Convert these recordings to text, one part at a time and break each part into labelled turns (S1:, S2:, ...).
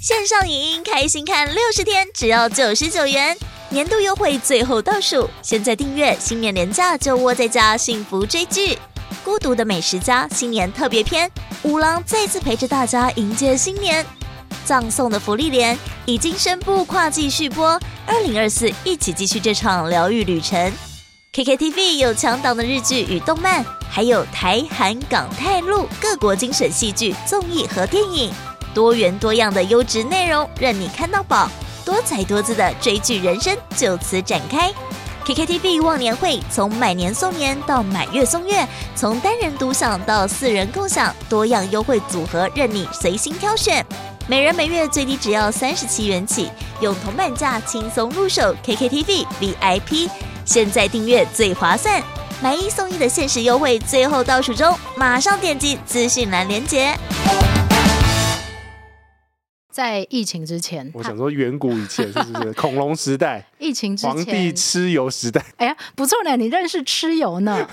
S1: 线上影音开心看六十天只要九十九元，年度优惠最后倒数，现在订阅，新年连假就窝在家幸福追剧。孤独的美食家新年特别篇，五郎再次陪着大家迎接新年。葬送的福利莲已经宣布跨季续播，二零二四一起继续这场疗愈旅程。KKTV 有强档的日剧与动漫，还有台、韩、港、泰、陆各国精选戏剧、综艺和电影，多元多样的优质内容，任你看到饱。多彩多姿的追剧人生就此展开。KKTV 忘年会从买年送年到买月送月，从单人独享到四人共享，多样优惠组合任你随心挑选。每人每月最低只要三十七元起，用铜板价轻松入手 KKTV VIP。现在订阅最划算，买一送一的限时优惠，最后倒数中，马上点击资讯栏连接。
S2: 在疫情之前，
S3: 我想说，远古以前是 不是恐龙时代、
S2: 疫情之前，
S3: 皇帝蚩尤时代？
S2: 哎呀，不错呢，你认识蚩尤呢？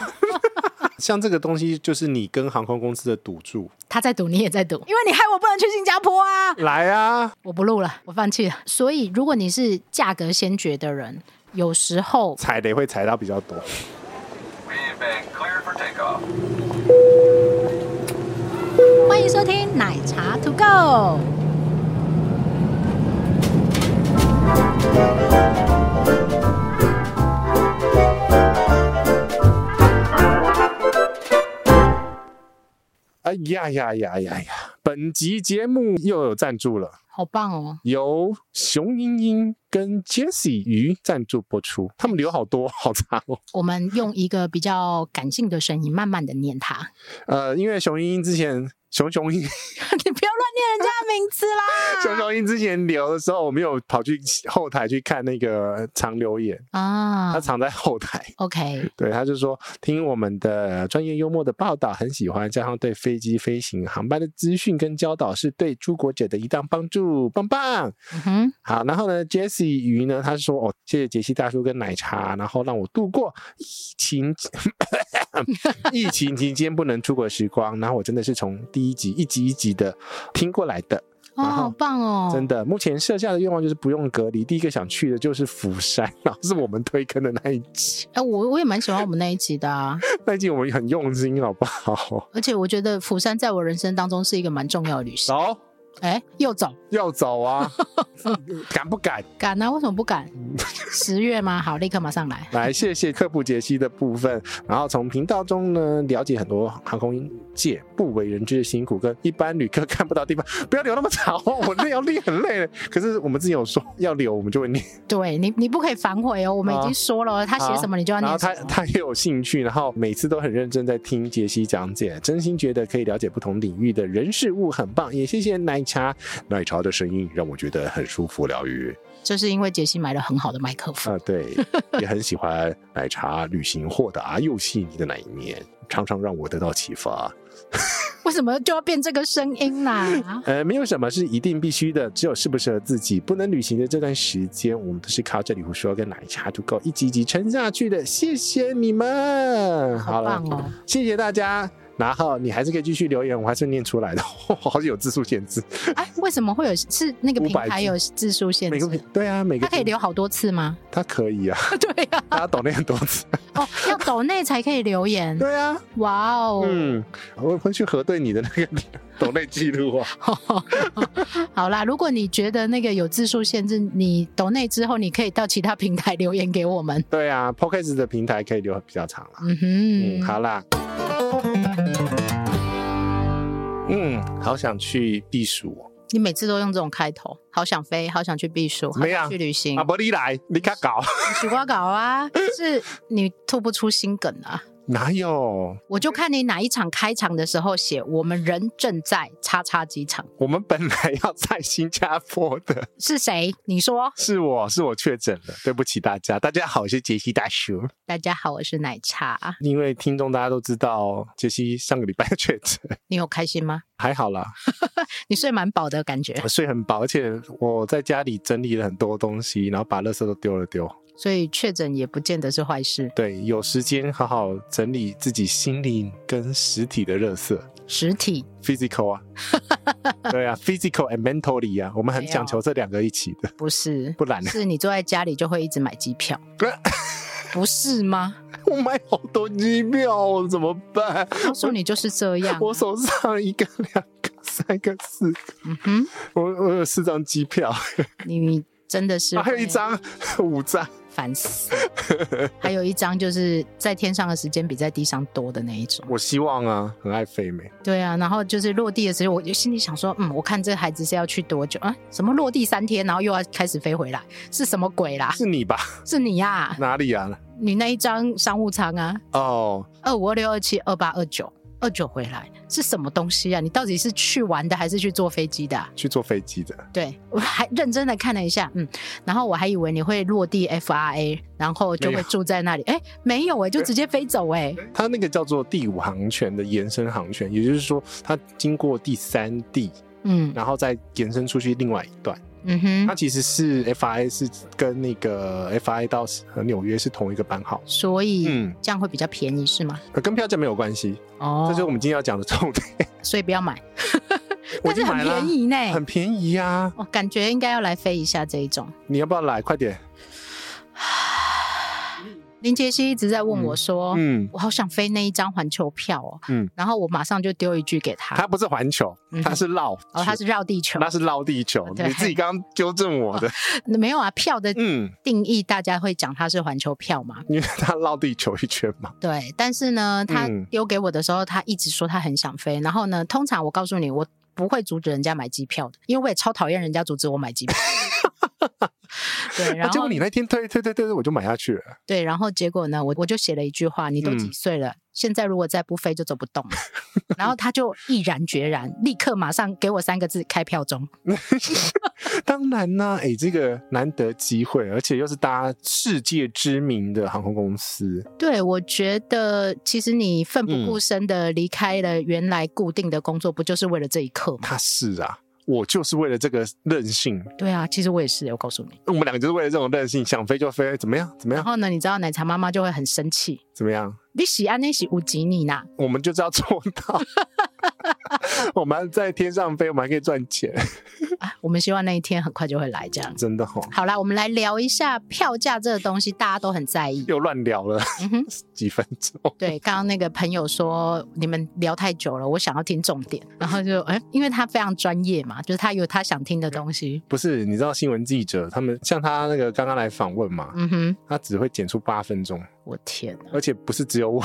S3: 像这个东西，就是你跟航空公司的赌注。
S2: 他在赌，你也在赌，因为你害我不能去新加坡啊！
S3: 来啊，
S2: 我不录了，我放弃了。所以，如果你是价格先觉的人，有时候
S3: 踩雷会踩到比较多。
S4: We've been cleared for takeoff.
S2: 欢迎收听奶茶 To Go。
S3: 哎呀呀呀呀呀！本集节目又有赞助了，
S2: 好棒哦！
S3: 由熊英英跟 Jessie 鱼赞助播出。他们留好多，好长哦。
S2: 我们用一个比较感性的声音，慢慢的念它。
S3: 呃，因为熊英英之前，熊熊 英，
S2: 你不要乱念人家的名字啦！
S3: 熊熊英之前留的时候，我们有跑去后台去看那个长留言，
S2: 啊
S3: 他藏在后台。
S2: ，OK，
S3: 对，他就说听我们的专业幽默的报道很喜欢，加上对飞机飞行航班的资讯跟教导，是对出国者的一大帮助，棒棒。
S2: 嗯哼，
S3: 好，然后呢，Jesse 鱼呢，他说哦，谢谢杰西大叔跟奶茶，然后让我度过疫情 疫情期间不能出国的时光，然后我真的是从第一集一集一集的听过来的。
S2: 哦，
S3: 然后
S2: 好棒哦！
S3: 真的，目前设下的愿望就是不用隔离。第一个想去的就是釜山，然后是我们推坑的那一集，
S2: 哎、我我也蛮喜欢我们那一集的啊，
S3: 那一集我们很用心，好不好？
S2: 而且我觉得釜山在我人生当中是一个蛮重要的旅行。
S3: 走，
S2: 哎、又走
S3: 要走啊！敢不敢？
S2: 敢啊？为什么不敢？
S3: 嗯
S2: 十月 吗？好，立刻马上来。
S3: 来，谢谢科普解析的部分。然后从频道中呢，了解很多航空界不为人知的辛苦，跟一般旅客看不到的地方。 不要留那么长哦，我那要练很累。可是我们之前有说要留，我们就会念。
S2: 对你，你不可以反悔哦。我们已经说了，他写什么你就要
S3: 啊然后
S2: 念什
S3: 他
S2: 么。
S3: 他也有兴趣，然后每次都很认真在听杰西讲解，真心觉得可以了解不同领域的人事物，很棒。也谢谢奶茶，奶茶的声音让我觉得很舒服疗愈。
S2: 这是因为杰西买了很好的麦克风。
S3: 啊，对，也很喜欢奶茶旅行豁达又细腻的那一面，常常让我得到启发。？
S2: 为什么就要变这个声音啊啦
S3: 呃，没有什么是一定必须的，只有适不适合自己。不能旅行的这段时间，我们都是靠这里胡说跟奶茶足够一集一集撑下去的。谢谢你们，
S2: 好
S3: 了
S2: 棒，哦！
S3: 谢谢大家。然后你还是可以继续留言，我还是念出来的， 好像有字数限制。
S2: 哎，为什么会有是那个平
S3: 500
S2: 台
S3: 字
S2: 有字数限
S3: 每个
S2: 制？
S3: 对啊，每个
S2: 他可以留好多次 吗？
S3: 他可以啊，
S2: 对呀、
S3: 大家懂那很多 次。
S2: 哦，要抖内才可以留 言。
S3: 对啊，
S2: 哇哦！
S3: 嗯，我会去核对你的那个 懂内记录啊。
S2: 好啦，如果你觉得那个有字数限制，你抖内之后，你可以到其他平台留言给我们。
S3: 对啊，Podcast 的平台可以留比较长啦。
S2: 嗯哼，
S3: 嗯，好啦。嗯，好想去避暑、哦。
S2: 你每次都用这种开头，好想飞，好想去避暑，好
S3: 没啊
S2: 想去旅行
S3: 啊，，不，你来，你看搞
S2: 许瓜搞啊，就是你吐不出心梗啊。
S3: 哪有？
S2: 我就看你哪一场开场的时候写，我们人正在叉叉机场，
S3: 我们本来要在新加坡的，
S2: 是谁？你说。
S3: 是我是我确诊了，对不起大家。大家好，我是杰西大叔。
S2: 大家好，我是奶茶，
S3: 因为听众大家都知道，杰西上个礼拜确诊，
S2: 你有开心吗？
S3: 还好啦，
S2: 你睡蛮饱的感觉
S3: 我，睡很饱，而且我在家里整理了很多东西，然后把垃圾都丢了丢。
S2: 所以确诊也不见得是坏事。
S3: 对，有时间好好整理自己心灵跟实体的垃圾。
S2: 实体
S3: physical 啊，对啊，physical and mentally 啊，我们很讲
S2: 哦
S3: 求这两个一起的，
S2: 不是，
S3: 不然呢？呃
S2: 是你坐在家里就会一直买机票，不是吗？
S3: 我买好多机票怎么办？
S2: 告诉你就是这样，啊
S3: 我手上一个、两个、 三个、四个，
S2: 嗯哼，
S3: 我我有四张机票，
S2: 你真的是
S3: 还有一张、五张，
S2: 烦死， 还有一张就是在天上的时间比在地上多的那一种。
S3: 我希望啊，很爱飞美，
S2: 对啊，然后就是落地的时候，我就心里想说，嗯，我看这孩子是要去多久啊？什么落地三天，然后又要开始飞回来，是什么鬼啦？
S3: 是你吧？
S2: 是你呀、
S3: 哪里啊？
S2: 你那一张商务舱啊，
S3: 哦，
S2: 二五、二六、二七、二八、二九、二九回来是什么东西啊？你到底是去玩的还是去坐飞机的啊、
S3: 去坐飞机的，
S2: 对我还认真的看了一下，嗯，然后我还以为你会落地 FRA，然后就
S3: 没
S2: 会
S3: 有
S2: 住在那里，哎，没有哎、就直接飞走哎、
S3: 它那个叫做第五航权的延伸航权，也就是说，它经过第三地，
S2: 嗯
S3: 然后再延伸出去另外一段。
S2: 嗯哼，
S3: 它其实是 FI 是跟那个 FI 到呃纽约是同一个班号，
S2: 所以、
S3: 嗯
S2: 这样会比较便宜是吗？
S3: 呃跟票价没有关系，
S2: 哦，
S3: 这是我们今天要讲的重点。
S2: 所以不要买，
S3: 我
S2: 但是
S3: 已经
S2: 很
S3: 买了啊
S2: 便，宜呢、
S3: 很便宜啊！
S2: 我感觉应该要来飞一下这一种。
S3: 你要不要来？快点！
S2: 林杰西一直在问我说：“
S3: 嗯，
S2: 我好想飞那一张环球票哦。”
S3: 嗯
S2: 然后我马上就丢一句给他，
S3: 它不是环球
S2: 嗯哼，
S3: 它是绕，
S2: 哦，他是绕地球，哦
S3: 那是绕地球。
S2: 对
S3: 你自己刚刚纠正 我的，
S2: 没有啊？票的
S3: 嗯，
S2: 定义大家会讲它是环球票嘛？
S3: 因为它绕地球一圈嘛。
S2: 对，但是呢，他
S3: 嗯
S2: 丢给我的时候，他一直说他很想飞。然后呢，通常我告诉你，我不会阻止人家买机票的，因为我也超讨厌人家阻止我买机 票。对，
S3: 啊
S2: 然
S3: 结
S2: 后
S3: 果你那天推推推推，推我就买下去了。
S2: 对，然后结果呢，我我就写了一句话：“你都几
S3: 嗯
S2: 岁了？现在如果再不飞就走不动了。”然后他就毅然决然，立刻马上给我三个字：开票中。
S3: 当然啦、哎、这个难得机会，而且又是搭世界知名的航空公司，
S2: 对，我觉得其实你奋不
S3: 嗯
S2: 顾身的离开了原来固定的工作，不就是为了这一刻吗？
S3: 它是啊，我就是为了这个任性，
S2: 对啊，其实我也是，我告诉你。
S3: 我们两个就是为了这种任性，想飞就飞，怎么样？怎么
S2: 然
S3: 样？
S2: 后呢，你知道奶茶妈妈就会很生气，
S3: 怎么样？
S2: 你喜安那喜无吉你呐，
S3: 我们就是要做 到。我们还在天上飞，我们还可以赚钱，
S2: 啊，我们希望那一天很快就会来这样子。
S3: 真的哦吼、
S2: 好啦，我们来聊一下票价这个东西，大家都很在意。
S3: 又乱聊了
S2: 嗯哼。
S3: 几分钟，
S2: 对，刚刚那个朋友说你们聊太久了，我想要听重点， 然后就哎、因为他非常专业嘛，就是他有他想听的东西。
S3: 不是？你知道新闻记者他们像他那个刚刚来访问嘛，
S2: 嗯哼，
S3: 他只会剪出八分钟，
S2: 我天哪！
S3: 而且不是只有我，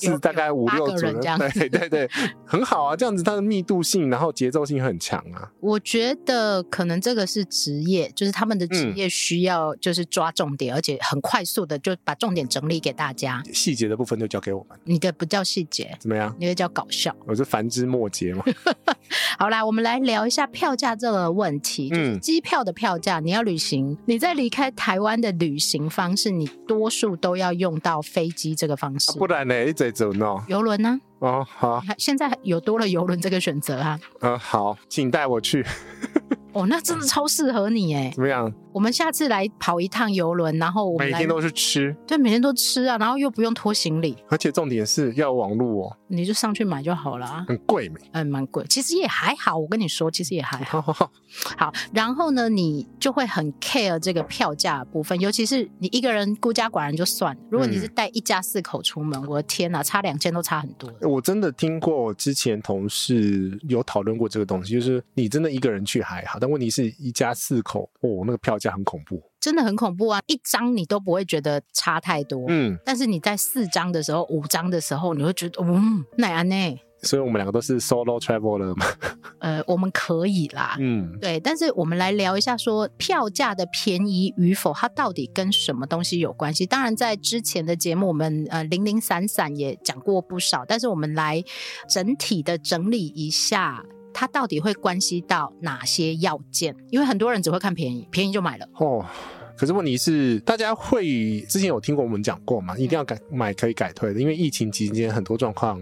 S2: 有
S3: 是大概五
S2: 八
S3: 六
S2: 个
S3: 组
S2: 人这样子
S3: 对对 对，很好啊，这样子它的密度性，然后节奏性很强啊。
S2: 我觉得可能这个是职业，就是他们的职
S3: 嗯
S2: 业需要就是抓重点，而且很快速的就把重点整理给大家。
S3: 细节的部分就交给我们，
S2: 你的不叫细节，
S3: 怎么样？
S2: 你的叫搞笑。
S3: 我是繁枝末节 嘛，
S2: 好啦，我们来聊一下票价这个问题。就是
S3: 嗯
S2: 机票的票价，你要旅行，你在离开台湾的旅行方式，你多数都要用到飞机这个方式。
S3: 啊不然呢？一嘴走呢？
S2: 游轮呢？
S3: 哦，好，
S2: 你看现在有多了游轮这个选择啊。
S3: 嗯，好，请带我去，
S2: 哦，那
S3: 嗯
S2: 真的超适合你哎！
S3: 怎么样？
S2: 我们下次来跑一趟游轮，然后我们
S3: 每
S2: 来
S3: 天都是吃，
S2: 对每天都吃啊，然后又不用拖行李，
S3: 而且重点是要有网路哦，
S2: 你就上去买就好了啊。
S3: 很贵没？
S2: 嗯，蛮贵，其实也还好。我跟你说，其实也还好。
S3: 好好好，
S2: 好，然后呢，你就会很 care 这个票价的部分，尤其是你一个人孤家寡人就算了，如果你是带一家四口出门，我的天哪，差两千都差很多。
S3: 我真的听过，我之前同事有讨论过这个东西，就是你真的一个人去还好，但问题是一家四口，哦，那个票价很恐怖。
S2: 真的很恐怖啊！一张你都不会觉得差太多，
S3: 嗯，
S2: 但是你在四张的时候、五张的时候，你会觉得，嗯，那安呢？
S3: 所以我们两个都是 solo traveler 嘛。
S2: 呃，我们可以啦。
S3: 嗯，
S2: 对，但是我们来聊一下说票价的便宜与否，它到底跟什么东西有关系？当然，在之前的节目我们呃零零散散也讲过不少，但是我们来整体的整理一下。它到底会关系到哪些要件？因为很多人只会看便宜，便宜就买了。
S3: 哦。可是问题是，大家会之前有听过我们讲过嘛？一定要改买可以改退的，因为疫情期间很多状况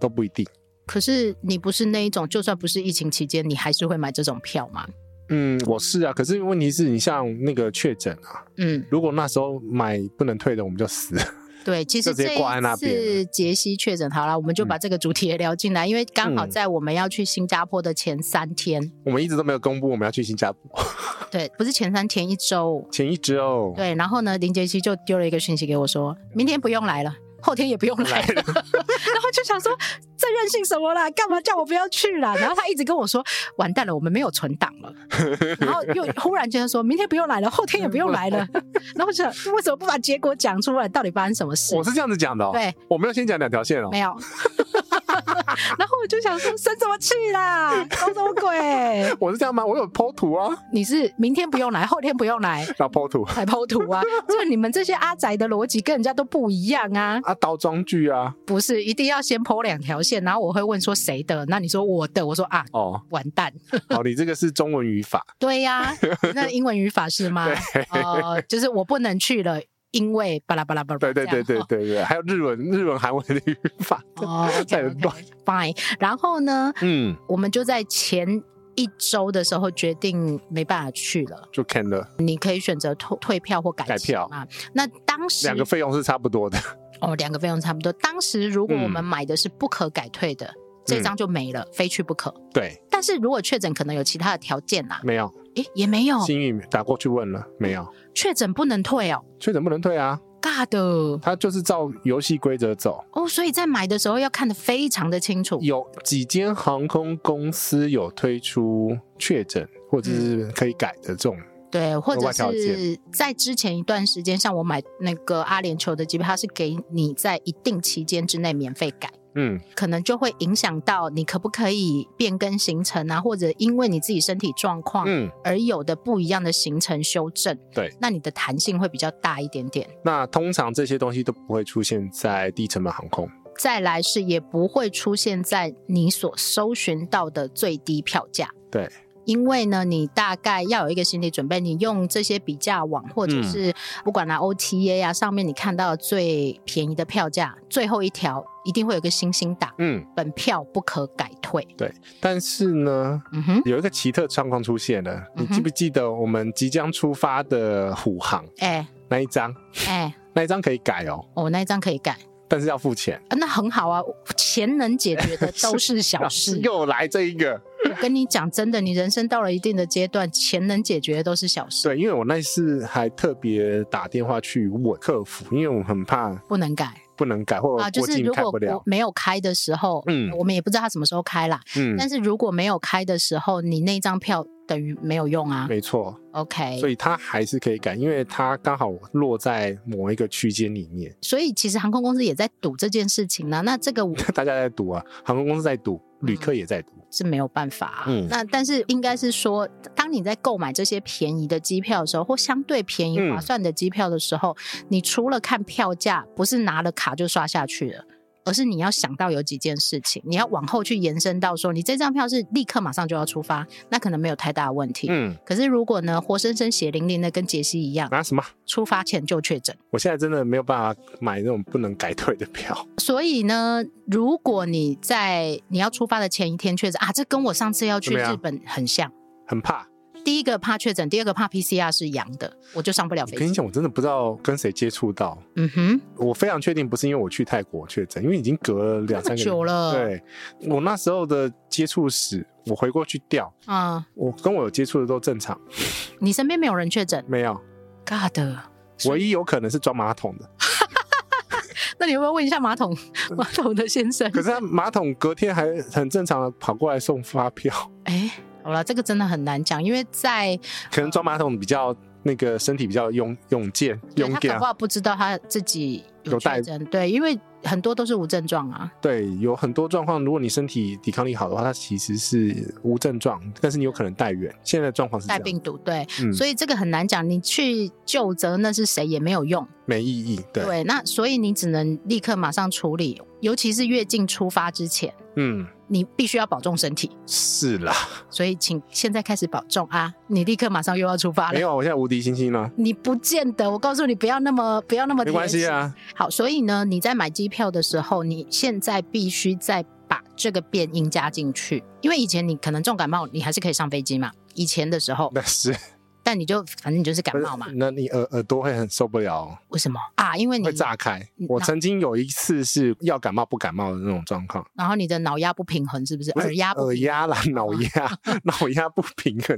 S3: 都不一定。
S2: 可是你不是那一种，就算不是疫情期间，你还是会买这种票吗？
S3: 嗯，我是啊。可是问题是你像那个确诊啊，
S2: 嗯，
S3: 如果那时候买不能退的，我们就死了。
S2: 对，其实
S3: 就直接
S2: 这
S3: 挂在那
S2: 一
S3: 边
S2: 次杰西确诊，好了，我们就把这个主题也聊进来，因为刚好
S3: 嗯
S2: 在我们要去新加坡的前三天，
S3: 我们一直都没有公布我们要去新加坡，
S2: 对，不是前三天，一周。
S3: 前一哦周
S2: 对，然后呢，林杰西就丢了一个讯息给我说，明天不用来了。后天也不用来了， 然后就想说这任性什么啦？干嘛叫我不要去啦？然后他一直跟我说完蛋了，我们没有存档了。然后又忽然间说明天不用来了，后天也不用来了。然后我想为什么不把结果讲出来？到底发生什么事
S3: 我？是这样子讲的、哦，
S2: 对，
S3: 我没有先讲两条线哦
S2: 没，有。然后我就想说生什么气啦？搞什么鬼？
S3: 我是这样吗？我有剖图啊，
S2: 你是明天不用来，后天不用来，
S3: 然后剖图
S2: 才剖图 啊！就是你们这些阿宅的逻辑跟人家都不一样啊！
S3: 啊，倒装句啊，
S2: 不是，一定要先剖两条线，然后我会问说谁的，那你说我的，我说啊，
S3: 哦，
S2: 完蛋，
S3: 好，你这个是中文语法，
S2: 对 呀、那英文语法是吗？哦，就是我不能去了，因为巴拉巴拉巴拉，
S3: 对对对
S2: 这
S3: 对
S2: 样
S3: 对对，还有日文、日文、韩文的语法，
S2: 哦，
S3: 在
S2: 哦
S3: 乱，
S2: ，OK，fine。然后呢，
S3: 嗯，
S2: 我们就在前。一周的时候决定没办法去了，
S3: 就 can 了，
S2: 你可以选择退退票或改
S3: 改
S2: 期
S3: 票
S2: 嘛。那当时
S3: 两个费用是差不多的，
S2: 哦，两个费用差不多。当时如果我们
S3: 嗯
S2: 买的是不可改退的，这张就没了，非去不可。
S3: 对，
S2: 但是如果确诊可能有其他的条件啦、
S3: 没有，
S2: 诶，也没有
S3: 新宇打过去问了，没有，
S2: 确诊不能退哦，
S3: 确诊不能退啊，
S2: 尬的
S3: 他就是照游戏规则走。
S2: 哦，所以在买的时候要看得非常的清楚。
S3: 有几间航空公司有推出确诊或
S2: 嗯
S3: 者是可以改的这
S2: 哦
S3: 种，
S2: 对，或
S3: 额
S2: 者
S3: 外条
S2: 是
S3: 件
S2: 在之前一段时间，像我买那个阿联酋的机票，它是给你在一定期间之内免费改。
S3: 嗯，
S2: 可能就会影响到你可不可以变更行程啊，或者因为你自己身体状况，
S3: 嗯，
S2: 而有的不一样的行程修正，
S3: 对，
S2: 那你的弹性会比较大一点点。
S3: 那通常这些东西都不会出现在低成本航空，
S2: 再来是也不会出现在你所搜寻到的最低票价，
S3: 对，
S2: 因为呢，你大概要有一个心理准备，你用这些比价网或者
S3: 嗯
S2: 是不管啦 OTA 啊上面你看到的最便宜的票价，最后一条一定会有个星星打，
S3: 嗯，
S2: 本票不可改退。
S3: 但是呢，
S2: 嗯哼，
S3: 有一个奇特状况出现了，
S2: 嗯
S3: 你
S2: 哼
S3: 记不记得我们即将出发的虎航
S2: 哎
S3: 那一张？
S2: 哎，
S3: 那一张可以改哦，
S2: 我、那一张可以改。
S3: 但是要付钱。
S2: 啊那很好啊，钱能解决的都哦是小 事。
S3: 又来这一个，
S2: 我跟你讲，真的，你人生到了一定的阶段，钱能解决的都是小事，
S3: 对，因为我那次还特别打电话去问客服，因为我很怕
S2: 不能改
S3: 不能改或
S2: 啊。
S3: 者
S2: 就
S3: 国
S2: 是
S3: 境
S2: 如
S3: 开
S2: 果
S3: 不了
S2: 国。没有开的时候，嗯
S3: 嗯，
S2: 我们也不知道它什么时候开啦。
S3: 嗯，
S2: 但是如果没有开的时候，你那张票等于没有用啊。
S3: 没错，
S2: OK，
S3: 所以它还是可以改，因为它刚好落在某一个区间里面，
S2: 所以其实航空公司也在赌这件事情呢、那这个我
S3: 大家在赌啊，航空公司在赌，旅
S2: 嗯
S3: 客也在赌。
S2: 是没有办法、啊。
S3: 嗯
S2: 那但是应该是说，当你在购买这些便宜的机票的时候，或相对便宜
S3: 嗯
S2: 划算的机票的时候，你除了看票价，不是拿了卡就刷下去了。而是你要想到有几件事情，你要往后去延伸到说，你这张票是立刻马上就要出发，那可能没有太大的问题。
S3: 嗯，
S2: 可是如果呢，活生生血淋淋的跟杰西一样，
S3: 拿、什么？
S2: 出发前就确诊，
S3: 我现在真的没有办法买那种不能改退的票。
S2: 所以呢，如果你在你要出发的前一天确诊啊，这跟我上次要去
S3: 怎么样
S2: 日本很像。
S3: 很怕，
S2: 第一个怕确诊，第二个怕 PCR 是阳的，我就上不了
S3: 我
S2: 飞
S3: 跟你
S2: 机。
S3: 讲，我真的不知道跟谁接触到。
S2: 嗯哼，
S3: 我非常确定不是因为我去泰国确诊，因为已经隔了两
S2: 那
S3: 三
S2: 么
S3: 个
S2: 久了，，
S3: 对我那时候的接触史，我回过去调，
S2: 啊、
S3: 我跟我有接触的都正常，
S2: 你身边没有人确诊
S3: 没有，
S2: ，God，是
S3: 唯一有可能是装马桶的。
S2: 那你有没有问一下马桶 马桶的先生？
S3: 可是他马桶隔天还很正常的啊跑过来送发票，
S2: 哎，好了，这个真的很难讲，因为在
S3: 可能装马桶比较那个身体比较勇勇健
S2: 对
S3: 勇
S2: 他搞
S3: 敢
S2: 不，好不知道他自己有
S3: 有带
S2: 确诊，对，因为很多都是无症状啊。
S3: 对，有很多状况，如果你身体抵抗力好的话，它其实是无症状，但是你有可能带源。现在的状况是这
S2: 带
S3: 样，
S2: 病毒，对，
S3: 嗯
S2: 所以这个很难讲。你去就责那是谁也没有用，
S3: 没意义，对，
S2: 那所以你只能立刻马上处理，尤其是越境出发之前，
S3: 嗯，
S2: 你必须要保重身体。
S3: 是啦，
S2: 所以请现在开始保重啊！你立刻马上又要出发
S3: 没
S2: 了。
S3: 有，我现在无敌星星了，
S2: 你不见得，我告诉你，不要那么，不要那么。
S3: 没关系。啊，
S2: 好，所以呢，你在买机票的时候，你现在必须再把这个变音加进去，因为以前你可能重感冒，你还是可以上飞机嘛。以前的时候，
S3: 但是
S2: 但你就反正你就是感冒嘛。
S3: 那你耳耳朵会很受不了哦，
S2: 为什么啊？大，因为你
S3: 会炸开
S2: 你。
S3: 我
S2: 那
S3: 曾经有一次是要感冒不感冒的那种状况，
S2: 然后你的脑压不平衡，是不是？
S3: 不是呃
S2: 耳压不
S3: 耳
S2: 平哦
S3: 压啦，脑压 脑压不平衡，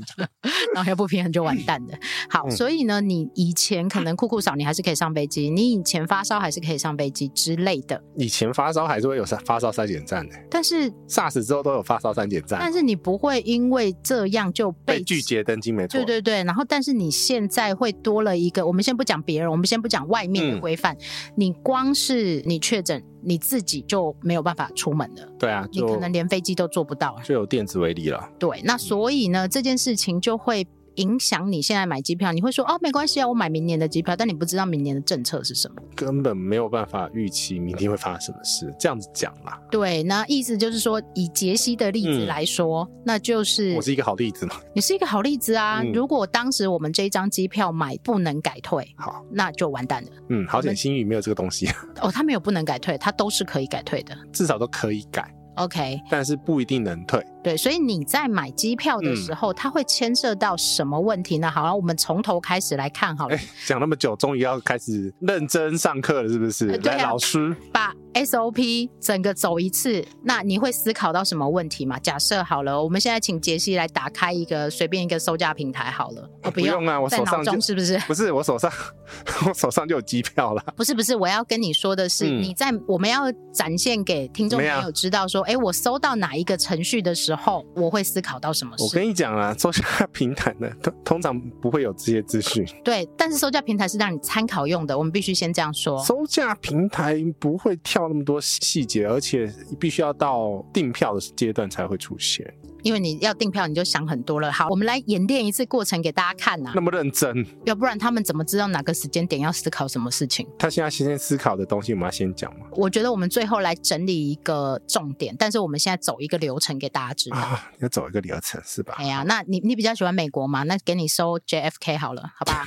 S2: 然后要不平衡就完蛋了。好，
S3: 嗯
S2: 所以呢，你以前可能酷酷少，你还是可以上飞机；你以前发烧还是可以上飞机之类的。
S3: 以前发烧还是会有发烧筛检站的、
S2: 但是，
S3: s a r s 欸之后都有发烧筛检
S2: 但
S3: 站，
S2: 是你不会因为这样就被
S3: 被拒。绝登机没错
S2: 对。对对，然后但是你现在会多了一个，我们先不讲别人，我们先不讲外面的
S3: 嗯
S2: 规范，你光是你确诊你自己就没有办法出门了，
S3: 对啊，
S2: 你可
S3: 就嗯
S2: 能连飞机都坐不到啊。
S3: 就有电子围篱了。
S2: 对，那所以呢，这件事情就会影响你现在买机票。你会说哦，没关系啊，我买明年的机票，但你不知道明年的政策是什么。
S3: 根本没有办法预期明天会发生什么事，这样子讲啦。
S2: 对，那意思就是说，以杰西的例子
S3: 嗯
S2: 来说，那就是
S3: 我是一个好例子嘛。
S2: 你是一个好例子啊。
S3: 嗯
S2: 如果当时我们这一张机票买不能改退，
S3: 好，
S2: 那就完蛋了。
S3: 嗯，好险新宇没有这个东西，
S2: 哦，他没有不能改退，他都是可以改退的。
S3: 至少都可以改，
S2: OK，
S3: 但是不一定能退。
S2: 对，所以你在买机票
S3: 嗯
S2: 的时候，它会牵涉到什么问题呢？好了，我们从头开始来看好了。
S3: 讲那么久，终于要开始认真上课了，是不是
S2: 呃？对啊
S3: 来，老师，
S2: 把 SOP 整个走一次，那你会思考到什么问题吗？假设好了，我们现在请杰西来打开一个随便一个搜价平台好了，哦、
S3: 不
S2: 用，
S3: 用啊，我
S2: 在
S3: 手
S2: 脑
S3: 上就
S2: 中是不是？
S3: 不是我手上， 我手上就有机票了。
S2: 不是不是，我要跟你说的是，
S3: 嗯
S2: 你在我们要展现给听众朋
S3: 怎么
S2: 友
S3: 样
S2: 知道说，哎，我搜到哪一个程序的时候，我会思考到什么
S3: 我
S2: 事。
S3: 跟你讲啊，做下平台呢，通通常不会有这些资讯。
S2: 对，但是搜价平台是让你参考用的，我们必须先这样说。
S3: 收价平台不会跳那么多细节，而且必须要到订票的阶段才会出现，
S2: 因为你要订票，你就想很多了。好，我们来演练一次过程给大家看呐、
S3: 那么认真。
S2: 要不然他们怎么知道哪个时间点要思考什么事情？
S3: 他现在先思考的东西，我们要先讲嘛。
S2: 我觉得我们最后来整理一个重点，但是我们现在走一个流程给大家知道。
S3: 啊，要走一个流程是吧
S2: 哎？呀，那你你比较喜欢美国嘛？那给你收 JFK 好了，好 吧？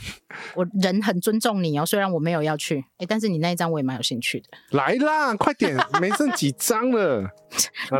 S2: 我人很尊重你哦，虽然我没有要去，哎，但是你那一张我也蛮有兴趣的。
S3: 来啦，快点，没剩几张了。然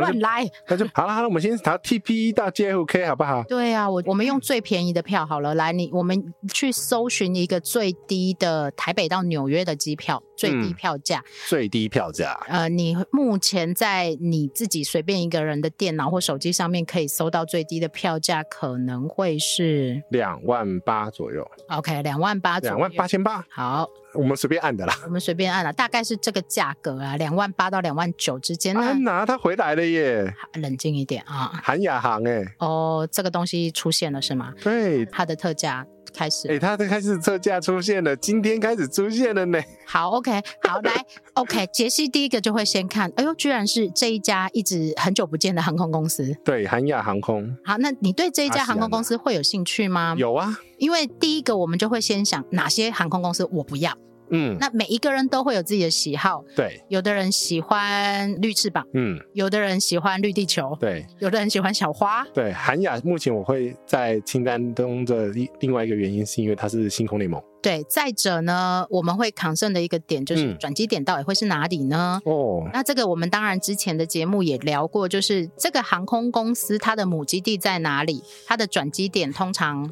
S3: 后
S2: 乱
S3: 就
S2: 来，
S3: 那就好了，好了，我们先谈 TP 到 JFK 好不好？
S2: 对啊，我我们用最便宜的票好了，来你我们去搜寻一个最低的台北到纽约的机票，最低
S3: 嗯
S2: 票价。
S3: 最低票价
S2: 呃，你目前在你自己随便一个人的电脑或手机上面可以搜到最低的票价，可能会是
S3: 两万八左右，
S2: OK，两万八，
S3: 两万八。千八，
S2: 好，
S3: 我们随便按的啦。
S2: 我们随便按了，大概是这个价格啊，两万八到两万九之间。那
S3: 安娜她啊回来了耶，
S2: 冷静一点啊。
S3: 韩亚航哎，
S2: 哦，这个东西出现了是吗？
S3: 对。
S2: 它的特价开始。
S3: 哎、它他开始特价出现了，今天开始出现了呢。
S2: 好，OK，好，来，OK，杰西第一个就会先看，哎呦，居然是这一家一直很久不见的航空公司。
S3: 对，韩亚航空
S2: 好，那你对这一家
S3: 阿西
S2: 航
S3: 安
S2: 空公
S3: 啊
S2: 司会有兴趣吗？
S3: 有啊，
S2: 因为第一个我们就会先想哪些航空公司我不要。
S3: 嗯，
S2: 那每一个人都会有自己的喜好，
S3: 对，
S2: 有的人喜欢绿翅膀，
S3: 嗯，
S2: 有的人喜欢绿地球，
S3: 对
S2: 有的人喜欢小花。
S3: 对，韩亚目前我会在清单中的另另外一个原因，是因为它是星空联盟
S2: 对，再者呢，我们会扛胜的一个点就是
S3: 嗯
S2: 转机点到底会是哪里呢？
S3: 哦，
S2: 那这个我们当然之前的节目也聊过，就是这个航空公司它的母基地在哪里，它的转机点通常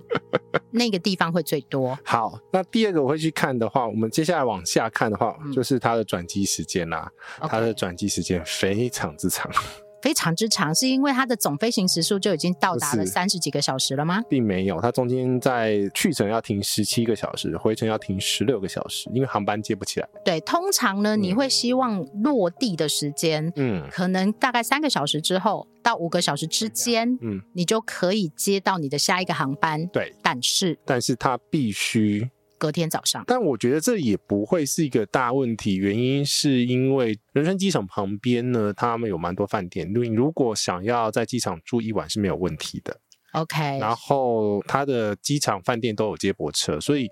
S2: 那个地方会最多。
S3: 好，那第二个我会去看的话，我们接下来往下看的话，
S2: 嗯
S3: 就是它的转机时间啦、 它的
S2: OK，
S3: 转机时间非常之长，
S2: 非常之长，是因为它的总飞行时数就已经到达了
S3: 不是
S2: 三十几个小时了吗？
S3: 并没有，它中间在去程要停十七个小时，回程要停十六个小时，因为航班接不起来。
S2: 对，通常呢，你会希望落地的时间。
S3: 嗯，
S2: 可能大概三个小时之后到五个小时之间，
S3: 嗯
S2: 你就可以接到你的下一个航班。
S3: 对，
S2: 但是
S3: 但是它必须
S2: 隔天早上，
S3: 但我觉得这也不会是一个大问题，原因是因为仁川机场旁边呢，他们有蛮多饭店，你如果想要在机场住一晚是没有问题的。
S2: OK，
S3: 然后它的机场饭店都有接驳车，所以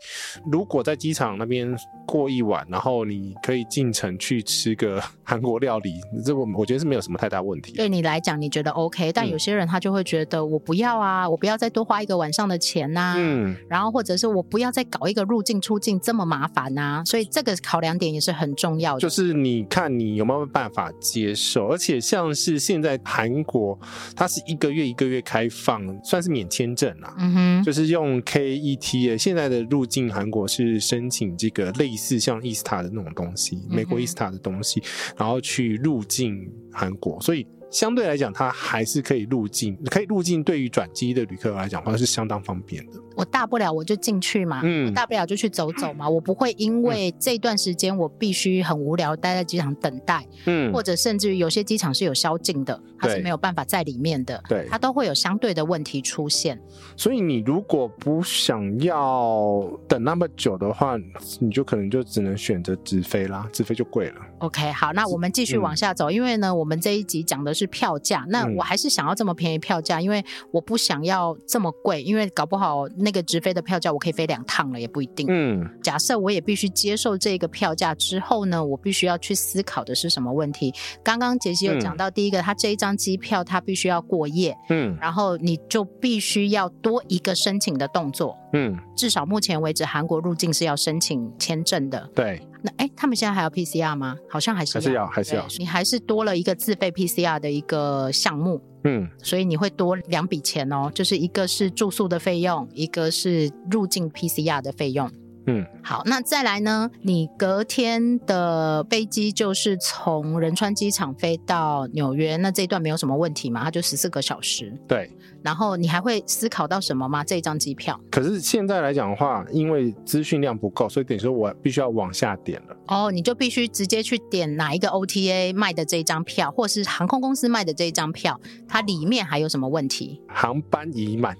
S3: 如果在机场那边过一晚，然后你可以进城去吃个 韩国料理，这我我觉得是没有什么太大问题的。
S2: 对你来讲你觉得 OK，但
S3: 嗯
S2: 有些人他就会觉得我不要啊，我不要再多花一个晚上的钱呐、
S3: 嗯，
S2: 然后或者是我不要再搞一个入境出境这么麻烦呐、所以这个考量点也是很重要的。
S3: 就是你看你有没有办法接受，而且像是现在韩国，它是一个月一个月开放，算是免签证啦、
S2: 嗯哼，
S3: 就是用 KET，现在的入境韩国是申请这个类似像 E ISTA 的那种东西，美国 E
S2: 嗯哼
S3: ISTA 的东西，然后去入境韩国，所以相对来讲，它还是可以入境，可以入境对于转机的旅客来讲，话是相当方便的。
S2: 我大不了啊我就进去嘛，
S3: 嗯
S2: 大不了就去走走嘛，我不会因为这段时间我必须很无聊待在机场等待，
S3: 嗯
S2: 或者甚至于有些机场是有宵禁的，它是
S3: 对
S2: 没有办法在里面的，
S3: 对
S2: 它都会有相对的问题出现。
S3: 所以你如果不想要等那么久的话，你就可能就只能选择直飞啦，直飞就贵了。
S2: OK，好，那我们继续往下走，因为呢，我们这一集讲的是票价，那
S3: 嗯
S2: 我还是想要这么便宜票价，因为我不想要这么贵，因为搞不好那个直飞的票价我可以飞两趟了，也不一定。
S3: 嗯，
S2: 假设我也必须接受这个票价之后呢，我必须要去思考的是什么问题。刚刚杰西有讲到，第一个，他这一张机票他必须要过夜，
S3: 嗯
S2: 然后你就必须要多一个申请的动作。
S3: 嗯，
S2: 至少目前为止，韩国入境是要申请签证的。
S3: 对，
S2: 那哎，他们现在还要 PCR 吗？好像还是
S3: 还是要哎还是要
S2: 对你还是多了一个自费 PCR 的一个项目。
S3: 嗯
S2: 所以你会多两笔钱哦，就是一个是住宿的费用，一个是入境 PCR 的费用。
S3: 嗯，
S2: 好，那再来呢？你隔天的飞机就是从仁川机场飞到纽约，那这一段没有什么问题嘛？它就十四个小时。
S3: 对。
S2: 然后你还会思考到什么吗？这一张机票
S3: 可是现在来讲的话，因为资讯量不够，所以等于说我必须要往下点了。
S2: 哦，你就必须直接去点哪一个 OTA 卖的这一张票，或是航空公司卖的这一张票，它里面还有什么问题？
S3: 航班已满，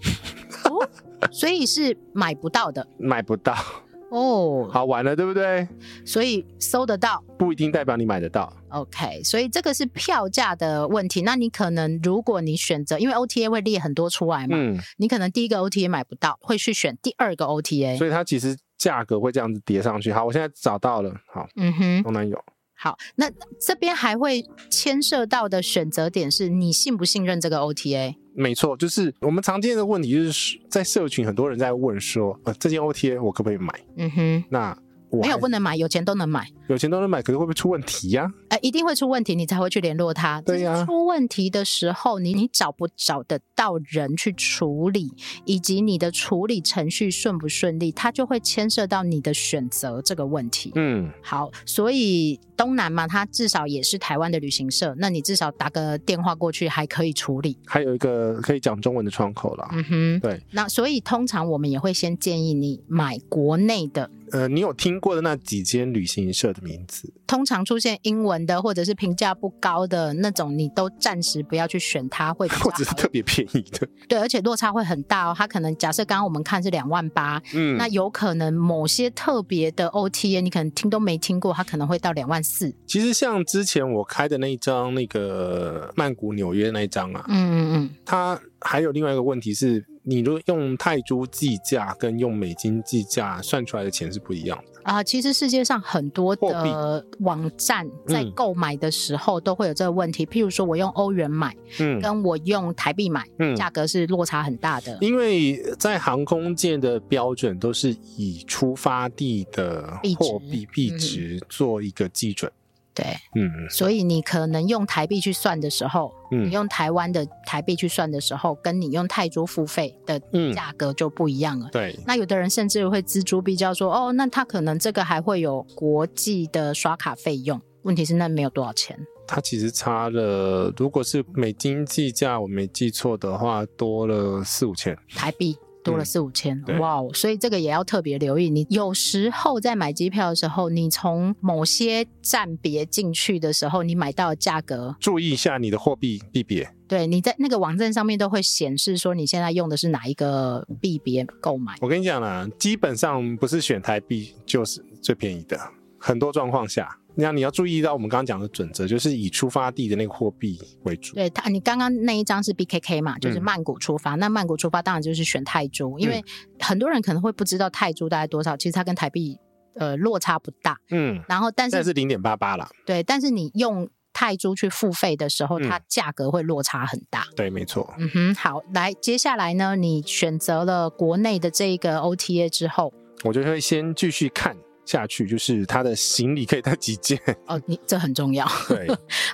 S2: 所以是买不到的
S3: 买不到，
S2: 哦。
S3: 好玩了，对不对？
S2: 所以搜得到。
S3: 不一定代表你买得到。
S2: OK，所以这个是票价的问题。那你可能如果你选择，因为 OTA 会列很多出来嘛，
S3: 嗯，
S2: 你可能第一个 OTA 买不到，会去选第二个 OTA。
S3: 所以它其实价格会这样子叠上去。好，我现在找到了，好，
S2: 嗯哼，
S3: 东南有，
S2: 好，那这边还会牵涉到的选择点是你信不信任这个 OTA？
S3: 没错，就是我们常见的问题，就是在社群很多人在问说，呃，这件 OTA 我可不可以买？
S2: 嗯哼，
S3: 那我
S2: 没有
S3: 还
S2: 不能买，有钱都能买，
S3: 有钱都能买，可是会不会出问题呀、
S2: 呃，一定会出问题，你才会去联络他。
S3: 对呀
S2: 就是出问题的时候，你你找不找得到人去处理，以及你的处理程序顺不顺利，它就会牵涉到你的选择这个问题。
S3: 嗯，
S2: 好，所以东南嘛，它至少也是台湾的旅行社，那你至少打个电话过去还可以处理。
S3: 还有一个可以讲中文的窗口啦。
S2: 嗯哼，
S3: 对，
S2: 那所以通常我们也会先建议你买国内的，
S3: 呃，你有听过的那几间旅行社的名字？
S2: 通常出现英文的或者是评价不高的那种，你都暂时不要去选它，会比较
S3: 或者是
S2: 好。
S3: 特别便宜的？
S2: 对，而且落差会很大哦。它可能假设刚刚我们看是两万八，
S3: 嗯
S2: 那有可能某些特别的 OTA 你可能听都没听过，它可能会到两万四。
S3: 其实像之前我开的那一张那个曼谷纽约那一张啊，
S2: 嗯嗯嗯。
S3: 它还有另外一个问题是，你如果用泰铢计价跟用美金计价算出来的钱是不一样的。
S2: 啊、其实世界上很多
S3: 货
S2: 的网站在
S3: 嗯
S2: 购买的时候都会有这个问题。譬如说，我用欧元买，
S3: 嗯
S2: 跟我用台币买，
S3: 嗯
S2: 价格是落差很大的。
S3: 因为在航空界的标准都是以出发地的
S2: 币值
S3: 货币币值做一个基准。
S2: 对，
S3: 嗯
S2: 所以你可能用台币去算的时候，你
S3: 嗯
S2: 用台湾的台币去算的时候，跟你用泰铢付费的
S3: 嗯，
S2: 价格就不一样了。
S3: 对，
S2: 那有的人甚至会锱铢必较说，哦，那他可能这个还会有国际的刷卡费用。问题是那没有多少钱，
S3: 它其实差了，如果是美金计价，我没记错的话，多了四五千。
S2: 台币多了
S3: 嗯
S2: 四五千，
S3: 对
S2: 哇哦！所以这个也要特别留意。你有时候在买机票的时候，你从某些站别进去的时候，你买到的价格，
S3: 注意一下你的货币币别。
S2: 对，你在那个网站上面都会显示说你现在用的是哪一个币别购买。
S3: 我跟你讲啦，基本上不是选台币就是最便宜的，很多状况下，那你要注意到我们刚刚讲的准则，就是以出发地的那个货币为主。
S2: 对他，它你刚刚那一张是 BKK 嘛，就是
S3: 嗯
S2: 曼谷出发。那曼谷出发当然就是选泰铢，因为很多人可能会不知道泰铢大概多少，其实它跟台币呃落差不大。
S3: 嗯，
S2: 然后，但
S3: 现在
S2: 是
S3: 是零点八八啦，
S2: 对，但是你用泰铢去付费的时候，
S3: 嗯
S2: 它价格会落差很大。
S3: 对，没错。
S2: 嗯哼，好，来，接下来呢，你选择了国内的这个 OTA 之后，
S3: 我就会先继续看下去，就是它的行李可以带几件？
S2: 哦，你这很重要。
S3: 对，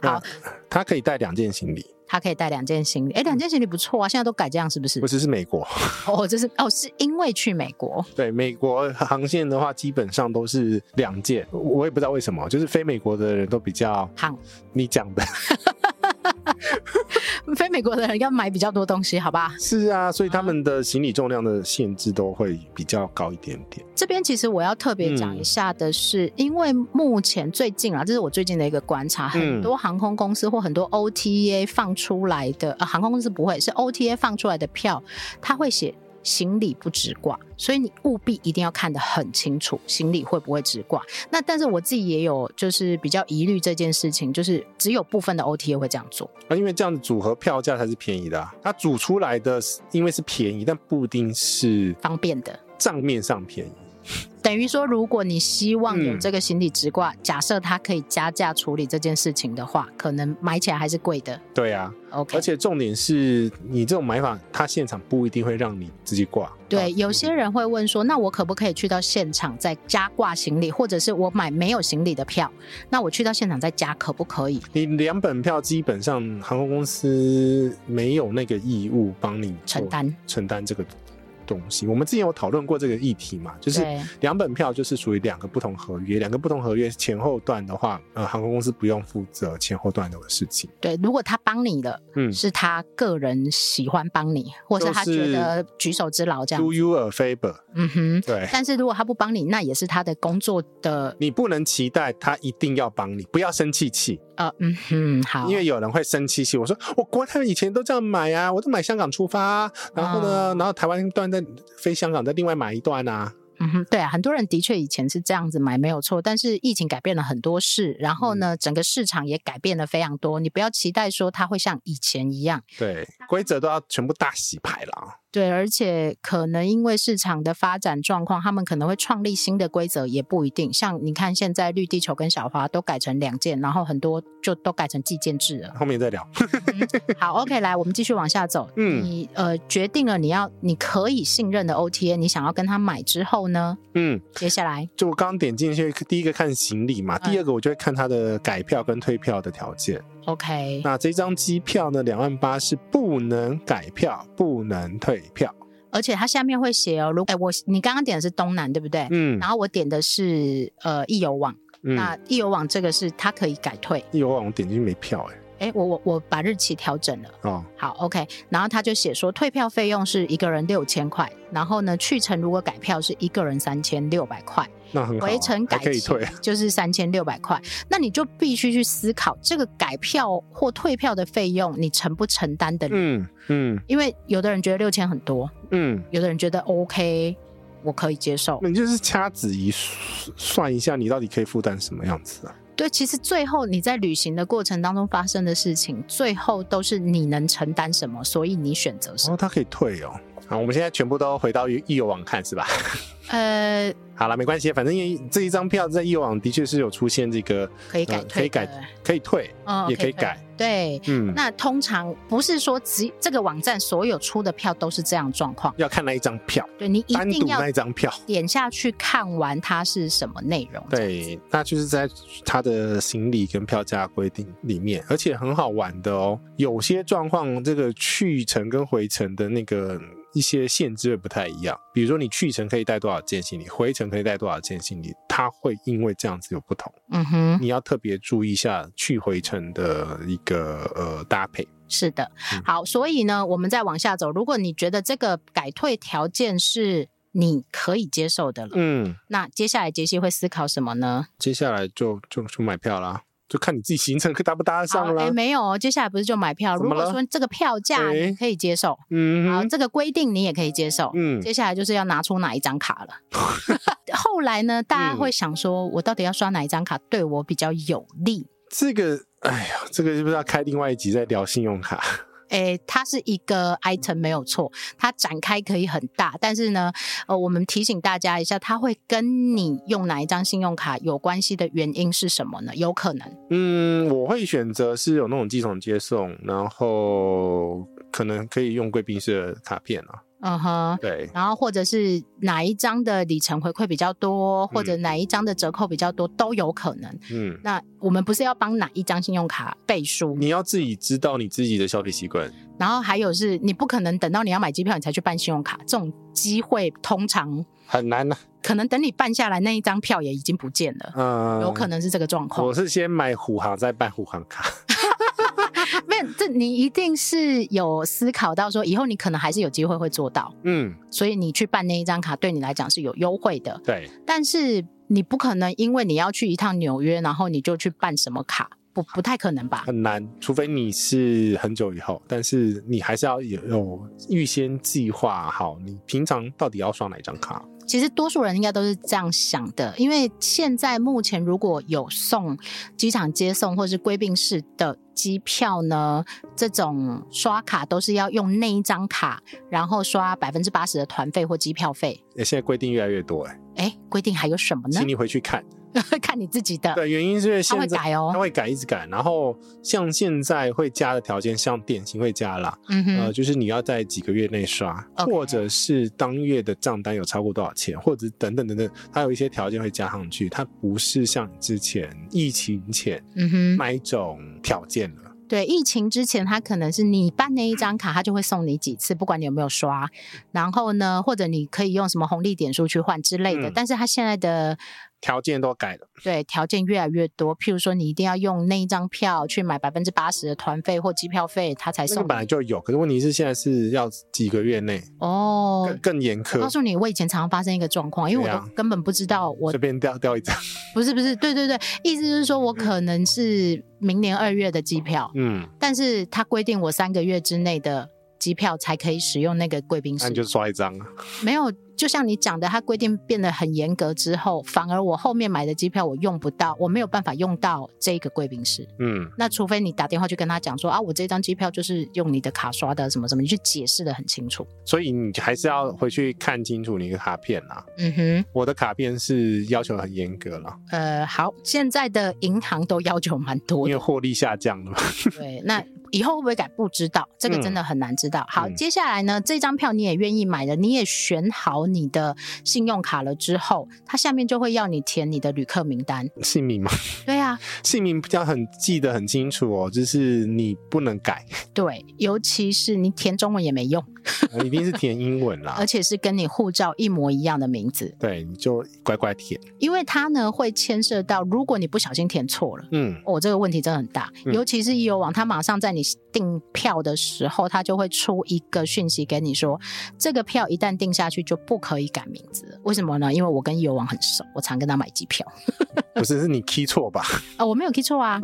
S3: 那它可以带两件行李。
S2: 他可以带两件行李。哎，两件行李不错啊，现在都改这样是不是
S3: 不？只是美国，
S2: 哦，这是哦，是因为去美国，
S3: 对美国航线的话，基本上都是两件，我也不知道为什么，就是非美国的人都比较
S2: 好，
S3: 你讲的
S2: 飞美国的人要买比较多东西，好吧？
S3: 是啊，所以他们的行李重量的限制都会比较高一点点。
S2: 这边其实我要特别讲一下的是，因为目前最近啊，这是我最近的一个观察，很多航空公司或很多 OTA 放出来的、呃、航空公司不会是 OTA 放出来的票，它会写。行李不直挂，所以你务必一定要看得很清楚，行李会不会直挂。那但是我自己也有就是比较疑虑这件事情，就是只有部分的 OTA 会这样做。
S3: 啊，因为这样子组合票价才是便宜的、啊，它组出来的因为是便宜，但不一定是
S2: 方便的。
S3: 账面上便宜。
S2: 等于说，如果你希望有
S3: 嗯
S2: 这个行李直挂，假设它可以加价处理这件事情的话，可能买起来还是贵的。
S3: 对啊，
S2: OK，
S3: 而且重点是你这种买法，它现场不一定会让你自己挂。嗯
S2: 对，有些人会问说，那我可不可以去到现场再加挂行李，或者是我买没有行李的票，那我去到现场再加可不可以？
S3: 你两本票基本上航空公司没有那个义务帮你做
S2: 承担
S3: 承担这个东西。我们之前有讨论过这个议题嘛，就是
S2: 对
S3: 两本票就是属于两个不同合约，两个不同合约前后段的话，呃，航空公司不用负责前后段的事情。
S2: 对，如果他帮你了，
S3: 嗯
S2: 是他个人喜欢帮你，或是他觉得举手之劳这样。
S3: ，Do you a favor？
S2: 嗯哼，
S3: 对。
S2: 但是如果他不帮你，那也是他的工作的
S3: 你不能期待他一定要帮你，不要生气气，
S2: 呃，嗯哼，好，
S3: 因为有人会生气气。我说我国泰以前都这样买啊，我都买香港出发、啊，然后呢，
S2: 哦
S3: 然后台湾段再飞香港，再另外买一段啊。
S2: 嗯哼，对啊，很多人的确以前是这样子买没有错，但是疫情改变了很多事，然后呢，整个市场也改变了非常多。你不要期待说它会像以前一样，
S3: 对，规则都要全部大洗牌了啊。
S2: 对，而且可能因为市场的发展状况，他们可能会创立新的规则，也不一定。像你看，现在绿地球跟小花都改成两件，然后很多就都改成计件制了。
S3: 啊后面再聊。
S2: 好，OK，来，我们继续往下走。
S3: 嗯
S2: 你呃决定了你要你可以信任的 OTA，你想要跟他买之后呢，
S3: 嗯，
S2: 接下来
S3: 就我刚刚点进去，第一个看行李嘛，
S2: 嗯
S3: 第二个我就会看他的改票跟退票的条件。
S2: OK，
S3: 那这张机票呢，两万八是不能改票，不能退票。
S2: 而且它下面会写哦，如哎、我你刚刚点的是东南对不对？
S3: 嗯
S2: 然后我点的是呃易游网，
S3: 嗯，
S2: 那易游网这个是它可以改退，
S3: 有网点进去没票哎、
S2: 哎、我我我把日期调整了，
S3: 哦，
S2: 好 OK，然后他就写说退票费用是一个人六千块，然后呢去程如果改票是一个人三千六百块，
S3: 那很好啊、
S2: 回程改
S3: 还可以
S2: 期
S3: 退。
S2: 就是三千六百块，那你就必须去思考这个改票或退票的费用你承不承担的，
S3: 嗯嗯
S2: 因为有的人觉得六千很多，
S3: 嗯，
S2: 有的人觉得 OK，我可以接受。
S3: 那你就是掐指一算算一下，你到底可以负担什么样子啊？
S2: 对，其实最后你在旅行的过程当中发生的事情，最后都是你能承担什么，所以你选择什
S3: 哦，
S2: 么。
S3: 它可以退哦。好，我们现在全部都回到易游网看是吧？
S2: 呃，
S3: 好了，没关系，反正因为这一张票在易游网的确是有出现这个
S2: 可以改
S3: 呃
S2: 退
S3: 可以改
S2: 的，
S3: 可以退，
S2: 嗯，
S3: 也可以改。
S2: 对，
S3: 嗯，
S2: 那通常不是说只这个网站所有出的票都是这样状况，
S3: 要看那一张票，
S2: 对你一
S3: 单
S2: 定
S3: 独
S2: 要
S3: 那一张票。
S2: 点下去看完它是什么内容。
S3: 对，那就是在它的行李跟票价规定里面，而且很好玩的哦。有些状况，这个去程跟回程的那个一些限制会不太一样。比如说，你去程可以带多少件行李，回程可以带多少件行李，它会因为这样子有不同。
S2: 嗯哼，
S3: 你要特别注意一下去回程的一个呃搭配。
S2: 是的
S3: 嗯。
S2: 好，所以呢，我们再往下走。如果你觉得这个改退条件是你可以接受的了，
S3: 嗯，
S2: 那接下来杰西会思考什么呢？
S3: 接下来就就就买票啦，就看你自己行程搭不搭得
S2: 好，
S3: 上啦
S2: 诶。没有哦，接下来不是就买票？
S3: 怎
S2: 如
S3: 么了
S2: 果说这个票价
S3: 诶
S2: 你可以接受，
S3: 嗯
S2: 好，
S3: 哼，
S2: 这个规定你也可以接受。
S3: 嗯，
S2: 接下来就是要拿出哪一张卡 了。后来呢，大家
S3: 嗯
S2: 会想说，我到底要刷哪一张卡对我比较有利？
S3: 这个，哎呀，这个是不是要开另外一集再聊信用卡？
S2: 诶，它是一个 item 没有错，它展开可以很大，但是呢，呃，我们提醒大家一下，它会跟你用哪一张信用卡有关系的原因是什么呢？有可能，
S3: 嗯，我会选择是有那种机场接送，然后可能可以用贵宾室的卡片啊。
S2: 嗯哼。
S3: 对，
S2: 然后或者是哪一张的里程回馈比较多，或者哪一张的折扣比较多，都有可能。
S3: 嗯，
S2: 那我们不是要帮哪一张信用卡背书，
S3: 你要自己知道你自己的消费习惯，
S2: 然后还有是你不可能等到你要买机票你才去办信用卡，这种机会通常
S3: 很难呐、
S2: 可能等你办下来那一张票也已经不见了，
S3: 嗯、
S2: 有可能是这个状况
S3: 我。是先买虎航，再办虎航卡。
S2: 没有，这你一定是有思考到说以后你可能还是有机会会做到，
S3: 嗯，
S2: 所以你去办那一张卡对你来讲是有优惠的，
S3: 对，
S2: 但是你不可能因为你要去一趟纽约，然后你就去办什么卡，不不太可能吧？
S3: 很难，除非你是很久以后，但是你还是要有有预先计划好，你平常到底要刷哪一张卡。
S2: 其实多数人应该都是这样想的，因为现在目前如果有送机场接送或是贵宾室的机票呢，这种刷卡都是要用那一张卡，然后刷百分之八十的团费或机票费。
S3: 诶现在规定越来越多、诶
S2: 哎，规定还有什么呢
S3: 请？你回去看。
S2: 看你自己的。
S3: 对，原因是因为
S2: 他
S3: 现
S2: 会
S3: 在
S2: 改哦
S3: 它会改，一直改。然后像现在会加的条件，像点心会加啦，
S2: 嗯
S3: 呃，
S2: 哼，
S3: 就是你要在几个月内刷
S2: OK
S3: 或者是当月的账单有超过多少钱，或者等等等等，它有一些条件会加上去。它不是像之前疫情前
S2: 嗯哼，
S3: 那一种条件了。
S2: 对，疫情之前他可能是你办那一张卡，他就会送你几次，不管你有没有刷。然后呢，或者你可以用什么红利点数去换之类的。
S3: 嗯
S2: 但是他现在的
S3: 条件都改了，
S2: 对条件越来越多，譬如说你一定要用那一张票去买百分之八十的团费或机票费，他才
S3: 那个
S2: 送
S3: 本来
S2: 你。
S3: 就有，可是问题是现在是要几个月内，
S2: 哦
S3: 更，更严
S2: 我告
S3: 苛，
S2: 诉你，我以前常常发生一个状况，因为我
S3: 对
S2: 都
S3: 啊
S2: 根本不知道我
S3: 随便掉掉一张，
S2: 不是不是，对对对，意思就是说我可能是明年二月的机票，
S3: 嗯，
S2: 但是他规定我三个月之内的机票才可以使用那个贵宾
S3: 那
S2: 室
S3: 你，就刷一张啊，
S2: 没有。就像你讲的，它规定变得很严格之后，反而我后面买的机票我用不到，我没有办法用到这个贵宾室。
S3: 嗯，
S2: 那除非你打电话去跟他讲说啊，我这张机票就是用你的卡刷的，什么什么，你去解释的很清楚。
S3: 所以你还是要回去看清楚你的卡片啦。
S2: 嗯哼，
S3: 我的卡片是要求很严格了，
S2: 呃，好，现在的银行都要求蛮多
S3: 因为
S2: 的，
S3: 获利下降了嘛。
S2: 对，那以后会不会改不知道，这个真的很难知道。好，
S3: 嗯
S2: 接下来呢，这张票你也愿意买了，你也选好你的信用卡了之后，它下面就会要你填你的旅客名 单。
S3: 姓名嘛，
S2: 对啊，
S3: 姓名要很记得很清楚哦，就是你不能改，
S2: 对，尤其是你填中文也没用，
S3: 呃一定是填英文啦
S2: 而。且是跟你护照一模一样的名字，
S3: 对，你就乖乖填。
S2: 因为它呢会牵涉到，如果你不小心填错了。
S3: 嗯，
S2: 哦，这个问题真的很大，
S3: 嗯
S2: 尤其是悠网，它马上在你订票的时候，它就会出一个讯息给你说，这个票一旦订下去就不可以改名字了。为什么呢？因为我跟悠网很熟，我常跟他买机票，
S3: 不是，是你 key 错吧？
S2: 啊、我没有记错啊，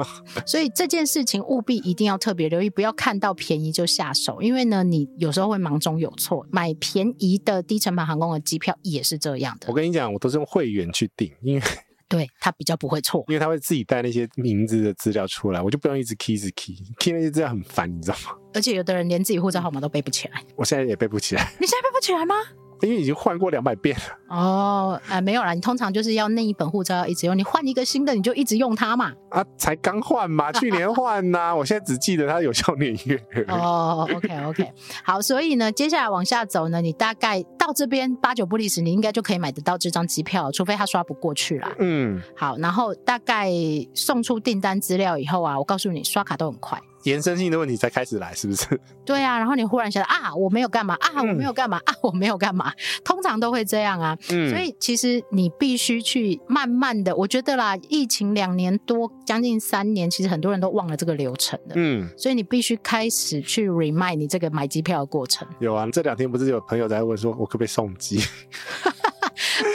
S2: 所以这件事情务必一定要特别留意，不要看到便宜就下手，因为呢，你有时候会盲中有错，买便宜的低成本航空的机票也是这样
S3: 我
S2: 的，
S3: 跟你讲，我都是用会员去订，因为
S2: 对，它比较不会错。
S3: 因为他会自己带那些名字的资料出来，我就不用一直 key 一直 key，key 那些资料很烦，你知道吗？
S2: 而且有的人连自己护照号码都背不起来，
S3: 我现在也背不起来，
S2: 你现在背不起来吗？
S3: 因为已经换过两百遍了。
S2: 哦，呃，没有啦，你通常就是要那一本护照要一直用，你换一个新的你就一直用它嘛。
S3: 啊，才刚换嘛，去年换呐、我现在只记得它有效年月而已。
S2: 哦，OK OK，好，所以呢，接下来往下走呢，你大概到这边八九不离十，你应该就可以买得到这张机票，除非他刷不过去啦。
S3: 嗯，
S2: 好，然后大概送出订单资料以后啊，我告诉你，刷卡都很快。
S3: 延伸性的问题才开始来，是不是？
S2: 对啊，然后你忽然想到啊，我没有干嘛啊，我没有干嘛啊，我没有干嘛，通常都会这样啊。
S3: 嗯，
S2: 所以其实你必须去慢慢的，我觉得啦，疫情两年多，将近三年，其实很多人都忘了这个流程了。
S3: 嗯。
S2: 所以你必须开始去 remind 你这个买机票的过程，
S3: 有啊，这两天不是有朋友在问说，我可不可以送机？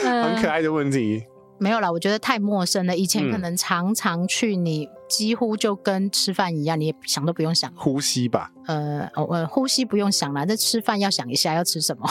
S3: 很可嗯
S2: 呃
S3: 爱的问题。
S2: 没有啦，我觉得太陌生了。以前可能常常去，你几乎就跟吃饭一样，你也想都不用想。
S3: 呼吸吧，
S2: 呃，哦呃，呼吸不用想啦，那吃饭要想一下要吃什么。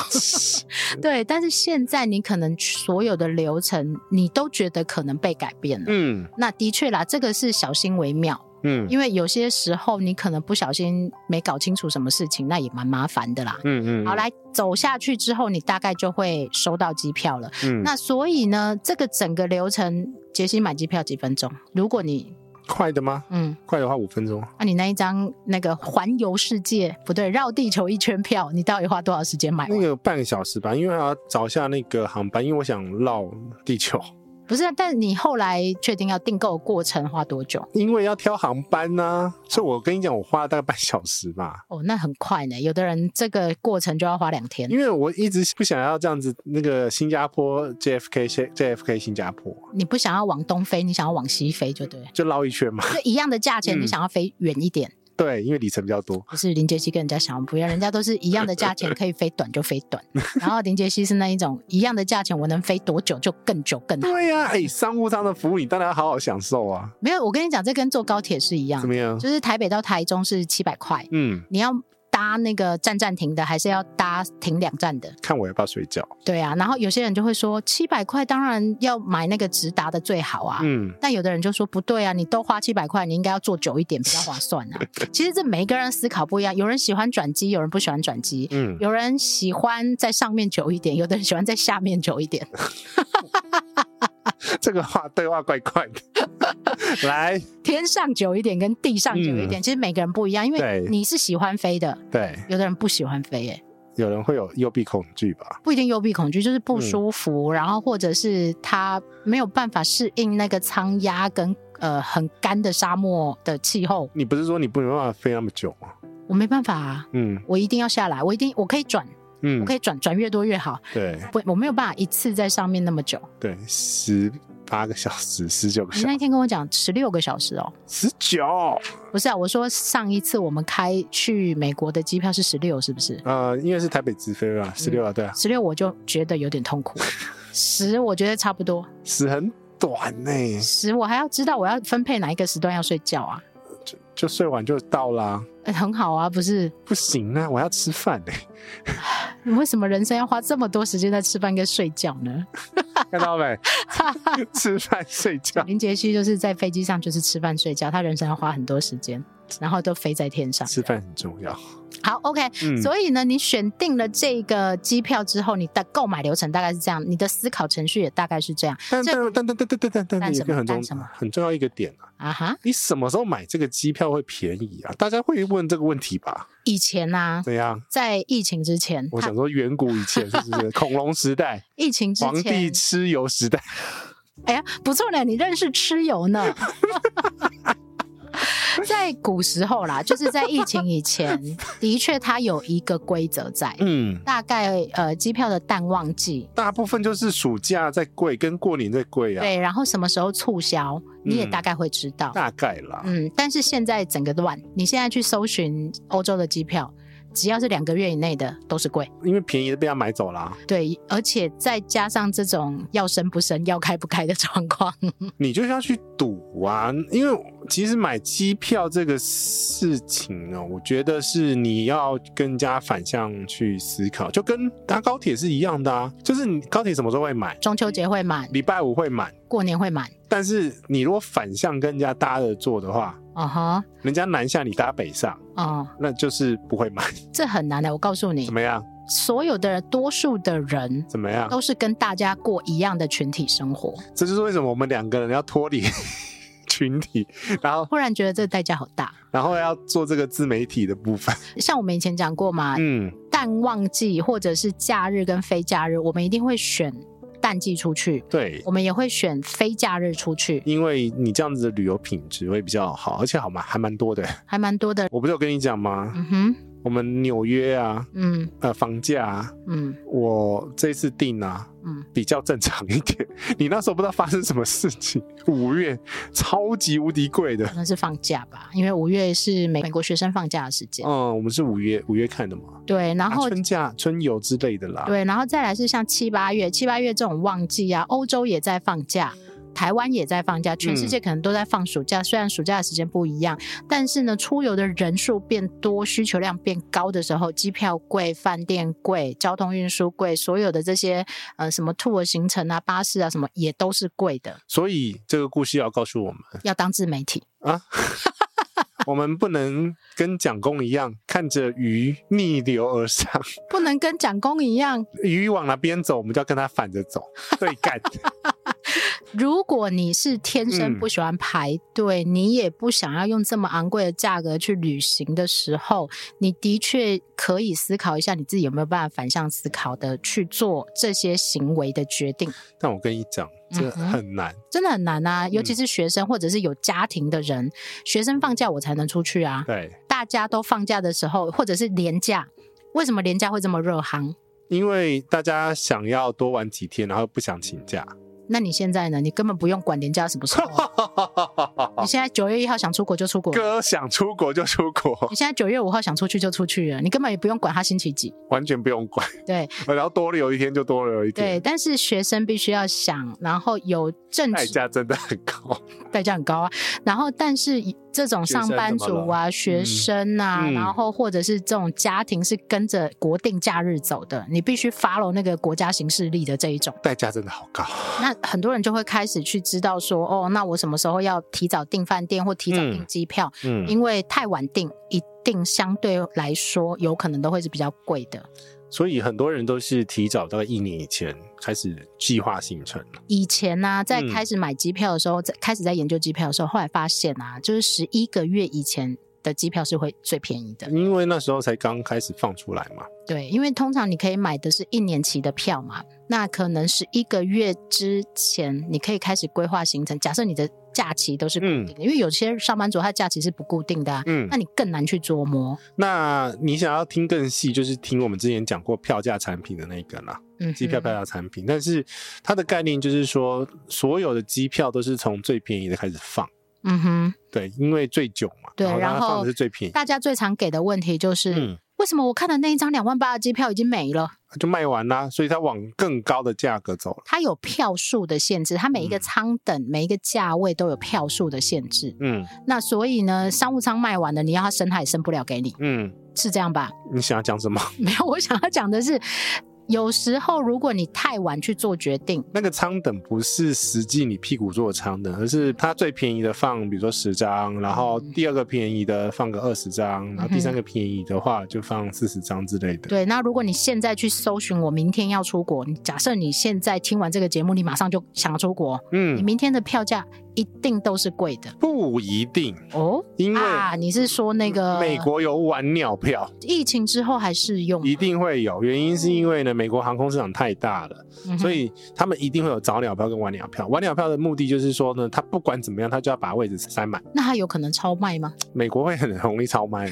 S2: 对，但是现在你可能所有的流程，你都觉得可能被改变了。
S3: 嗯
S2: 那的确啦，这个是小心为妙。
S3: 嗯
S2: 因为有些时候你可能不小心没搞清楚什么事情，那也蛮麻烦的啦。
S3: 嗯嗯，
S2: 好，，来走下去之后，你大概就会收到机票了。
S3: 嗯，
S2: 那所以呢，这个整个流程，杰西买机票几分钟？如果你
S3: 快的吗？
S2: 嗯，
S3: 快的话五分钟，
S2: 那、啊你那一张那个环游世界不对，绕地球一圈票，你到底花多少时间买
S3: 那
S2: 完？
S3: 个半个小时吧，因为还要找一下那个航班，因为我想绕地球，
S2: 不是啊，但你后来确定要订购的过程花多久？
S3: 因为要挑航班呐、所以我跟你讲，我花了大概半小时吧，
S2: 哦，那很快呢。有的人这个过程就要花两天。
S3: 因为我一直不想要这样子，那个新加坡 JFK 先 JFK 新加坡
S2: 你不想要往东飞，你想要往西飞，就对 了。
S3: 就绕一圈嘛，
S2: 就一样的价钱，
S3: 嗯
S2: 你想要飞远一点，
S3: 对，因为里程比较多，
S2: 不是林杰西跟人家想不一样，人家都是一样的价钱，可以飞短就飞 短。然后林杰西是那一种一样的价钱，我能飞多久就更久更好。
S3: 对呀、哎、商务舱的服务你当然要好好享受啊，
S2: 没有，我跟你讲，这跟坐高铁是一样
S3: 怎，么样？
S2: 就是台北到台中是七百块，
S3: 嗯，
S2: 你要搭那个站站停的，还是要搭停两站的？
S3: 看我要不要睡觉，
S2: 对啊。然后有些人就会说，七百块当然要买那个直达的最好啊。
S3: 嗯，
S2: 但有的人就说不对啊，你都花七百块，你应该要做久一点比较划算 啊。其实这每一个人思考不一样，有人喜欢转机，有人不喜欢转机，
S3: 嗯，
S2: 有人喜欢在上面久一点，有的人喜欢在下面久一点。
S3: 这个话对话怪怪的， 来，
S2: 天上久一点跟地上久一点，其实每个人不一样，因为
S3: 嗯对
S2: 你是喜欢飞的，
S3: 对，
S2: 有的人不喜欢飞、耶，
S3: 有人会有幽闭恐惧吧？
S2: 不一定幽闭恐惧，就是不舒服，然后或者是他没有办法适应那个仓压跟呃很干的沙漠的气候，
S3: 你不是说你不没办法飞那么久吗？
S2: 我没办法、啊，
S3: 嗯
S2: 我一定要下来，我一定我可以转，
S3: 嗯
S2: 我可以转转越多越好。
S3: 对
S2: 不，我没有办法一次在上面那么久。
S3: 对，十八个小时，十九个
S2: 你
S3: 小
S2: 那
S3: 时，
S2: 天跟我讲十六个小时哦，
S3: 十九，
S2: 不是啊？我说上一次我们开去美国的机票是十六，是不是？
S3: 呃，因为是台北直飞
S2: 嗯
S3: 吧，十六啊，对啊，
S2: 十六我就觉得有点痛苦，十我觉得差不多，
S3: 十很短呢、
S2: 十我还要知道我要分配哪一个时段要睡觉啊，
S3: 就睡完就到啦。
S2: 呃很好啊，不是？
S3: 不行啊，我要吃饭 呢、
S2: 你为什么人生要花这么多时间在吃饭跟睡觉 呢？
S3: 看到没？ 吃饭睡觉，
S2: 林杰西就是在飞机上就是吃饭睡觉，他人生要花很多时间，然后都飞在天上。
S3: 吃饭很重要。
S2: 好，OK，
S3: 嗯，
S2: 所以呢，你选定了这个机票之后，你的购买流程大概是这样，你的思考程序也大概是这样
S3: 但
S2: 这
S3: 但但但但但但但
S2: 但
S3: 但有
S2: 什
S3: 一个
S2: 么
S3: 很重
S2: 但什么
S3: 很重要一个点啊，
S2: 啊哈。
S3: 你什么时候买这个机票会便宜啊？大家会问这个问题吧？
S2: 以前啊，
S3: 怎样？
S2: 在疫情之前，
S3: 我
S2: 他
S3: 想说，远古以前是 不是恐龙时代、
S2: 疫情之
S3: 皇帝
S2: 前，
S3: 蚩尤 时代？
S2: 哎呀，不错呢，你认识蚩尤 呢。在古时候啦，就是在疫情以前，的确它有一个规则在，
S3: 嗯，
S2: 大概呃机票的淡旺季，
S3: 大部分就是暑假在贵，跟过年在贵啊，
S2: 对，然后什么时候促销，你也大概会知道。
S3: 大概啦。
S2: 嗯，但是现在整个乱，你现在去搜寻欧洲的机票，只要是两个月以内的都是贵，
S3: 因为便宜的被他买走啦、
S2: 对，而且再加上这种要升不升、要开不开的状况，
S3: 你就是要去赌啊。因为其实买机票这个事情呢，我觉得是你要更加反向去思考，就跟搭高铁是一样的啊。就是你高铁什么时候会满，
S2: 中秋节会满，
S3: 礼拜五会满，
S2: 过年会满，
S3: 但是你如果反向跟人家搭着坐的话，
S2: 哦哈，
S3: 人家南下你搭北上，
S2: 哦，
S3: 那就是不会满。
S2: 这很难的，我告诉你
S3: 怎，么样？
S2: 所有的多数的人
S3: 怎么样？
S2: 都是跟大家过一样的群体生活，
S3: 这就是为什么我们两个人要脱离 群体，然后
S2: 忽然觉得这个代价好大。
S3: 然后要做这个自媒体的部分。
S2: 像我们以前讲过嘛，
S3: 嗯，
S2: 淡旺季或者是假日跟非假日，我们一定会选淡季出去，
S3: 对，
S2: 我们也会选非假日出去，
S3: 因为你这样子的旅游品质会比较好，而且好嘛还蛮多的。
S2: 还蛮多的。
S3: 我不是有跟你讲吗？
S2: 嗯哼，
S3: 我们纽约啊，
S2: 嗯
S3: 呃，房价啊，
S2: 嗯
S3: 我这次订啊。
S2: 嗯，
S3: 比较正常一点， 你那时候不知道发生什么事情，五月超级无敌贵 的
S2: 可。能是放假吧，因为五月是美美国学生放假的时间。
S3: 嗯，我们是五月五月看的嘛，
S2: 对，然
S3: 啊、
S2: 后
S3: 春假、春游之类的啦。，
S2: 对，然后再来是像七八月，七八月这种旺季啊，欧洲也在放假。台湾也在放假，全世界可能都在放暑假。虽然暑假的时间不一样，但是呢，出游的人数变多，需求量变高的时候，机票贵、饭店贵、交通运输贵，所有的这些呃什么 tour 行程啊、巴士啊什么也都是贵的。
S3: 所以这个故事要告诉我们
S2: 要当自媒体，
S3: 啊，我们不能跟蒋公一样，看着鱼逆流而上，
S2: 不能跟蒋公一样，
S3: 鱼往哪边走，我们就要跟它反着走，对干。
S2: 如果你是天生
S3: 嗯
S2: 不喜欢排队，你也不想要用这么昂贵的价格去旅行的时候，你的确可以思考一下你自己有没有办法反向思考的去做这些行为的决定，
S3: 但我跟你讲，这
S2: 嗯哼
S3: 很难。
S2: 真的很难啊！尤其是学生或者是有家庭的人，学生放假我才能出去啊。
S3: 对，
S2: 大家都放假的时候，或者是年假，为什么年假会这么热行？
S3: 因为大家想要多玩几天，然后不想请假。
S2: 那你现在呢？你根本不用管年假什么时 候啊、你现在九月一号想出国就出国，
S3: 哥想出国就出国，
S2: 你现在九月五号想出去就出去了，你根本也不用管他星期几。
S3: 完全不用管。
S2: 对
S3: 然后多留一天就多留一
S2: 对，
S3: 天，
S2: 但是学生必须要想，然后有正
S3: 代
S2: 职
S3: 价真的很高。
S2: 代价很高啊。然后，但是这种上班族啊、学生啊，
S3: 嗯
S2: 然后或者是这种家庭是跟着国定假日走的，你必须 follow 那个国家行事历的这一种。
S3: 代价真的好高，
S2: 那很多人就会开始去知道说，哦，那我什么时候要提早订饭店或提早订
S3: 嗯
S2: 机票，
S3: 嗯，
S2: 因为太晚订，一定相对来说有可能都会是比较贵的。
S3: 所以很多人都是提早大概一年以前开始计划行程，
S2: 以前呢、在
S3: 嗯
S2: 开始买机票的时候，在开始在研究机票的时候，后来发现啊，就是十一个月以前的机票是会最便宜的。
S3: 因为那时候才刚开始放出来嘛。
S2: 对，因为通常你可以买的是一年期的票嘛，那可能十一个月之前你可以开始规划行程。假设你的假期都是固定的，因为有些上班族他假期是不固定的、啊，
S3: 嗯
S2: 那，你更难去琢磨。
S3: 那你想要听更细，就是听我们之前讲过票价产品的那个啦。
S2: 嗯哼，
S3: 机票票价产品，但是它的概念就是说，所有的机票都是从最便宜的开始放，
S2: 嗯哼，
S3: 对，因为最久嘛，
S2: 对
S3: 然后
S2: 然
S3: 它
S2: 后
S3: 放的是最便宜，
S2: 大家最常给的问题就是，
S3: 嗯，
S2: 为什么我看的那一张两万八的机票已经没了？
S3: 就卖完啦，所以它往更高的价格走了，
S2: 它有票数的限制，它每一个
S3: 嗯
S2: 舱等、每一个价位都有票数的限制。
S3: 嗯
S2: 那所以呢，商务舱卖完了，你要它升，它也升不了给你，
S3: 嗯，
S2: 是这样吧？
S3: 你想要讲什么？
S2: 没有，我想要讲的是，有时候如果你太晚去做决定，
S3: 那个舱等不是实际你屁股坐的舱等，而是它最便宜的放，比如说十张，然后
S2: 嗯
S3: 第二个便宜的放个二十张，然后第三个便宜的话就放四十张之类的，
S2: 对，那如果你现在去搜寻我明天要出国，你假设你现在听完这个节目，你马上就想要出国，你
S3: 嗯，
S2: 明天的票价一定都是贵的
S3: 不一定，
S2: 哦。
S3: 因为
S2: 啊，呃你是说那个
S3: 美国有晚鸟票。
S2: 疫情之后还适用吗？
S3: 一定会有，原因是因为呢，美国航空市场太大了，
S2: 嗯哼
S3: 所以他们一定会有早鸟票跟晚鸟票。晚鸟票的目的就是说呢，它不管怎么样，它就要把位置塞满。
S2: 那它有可能超卖吗？
S3: 美国会很容易超卖，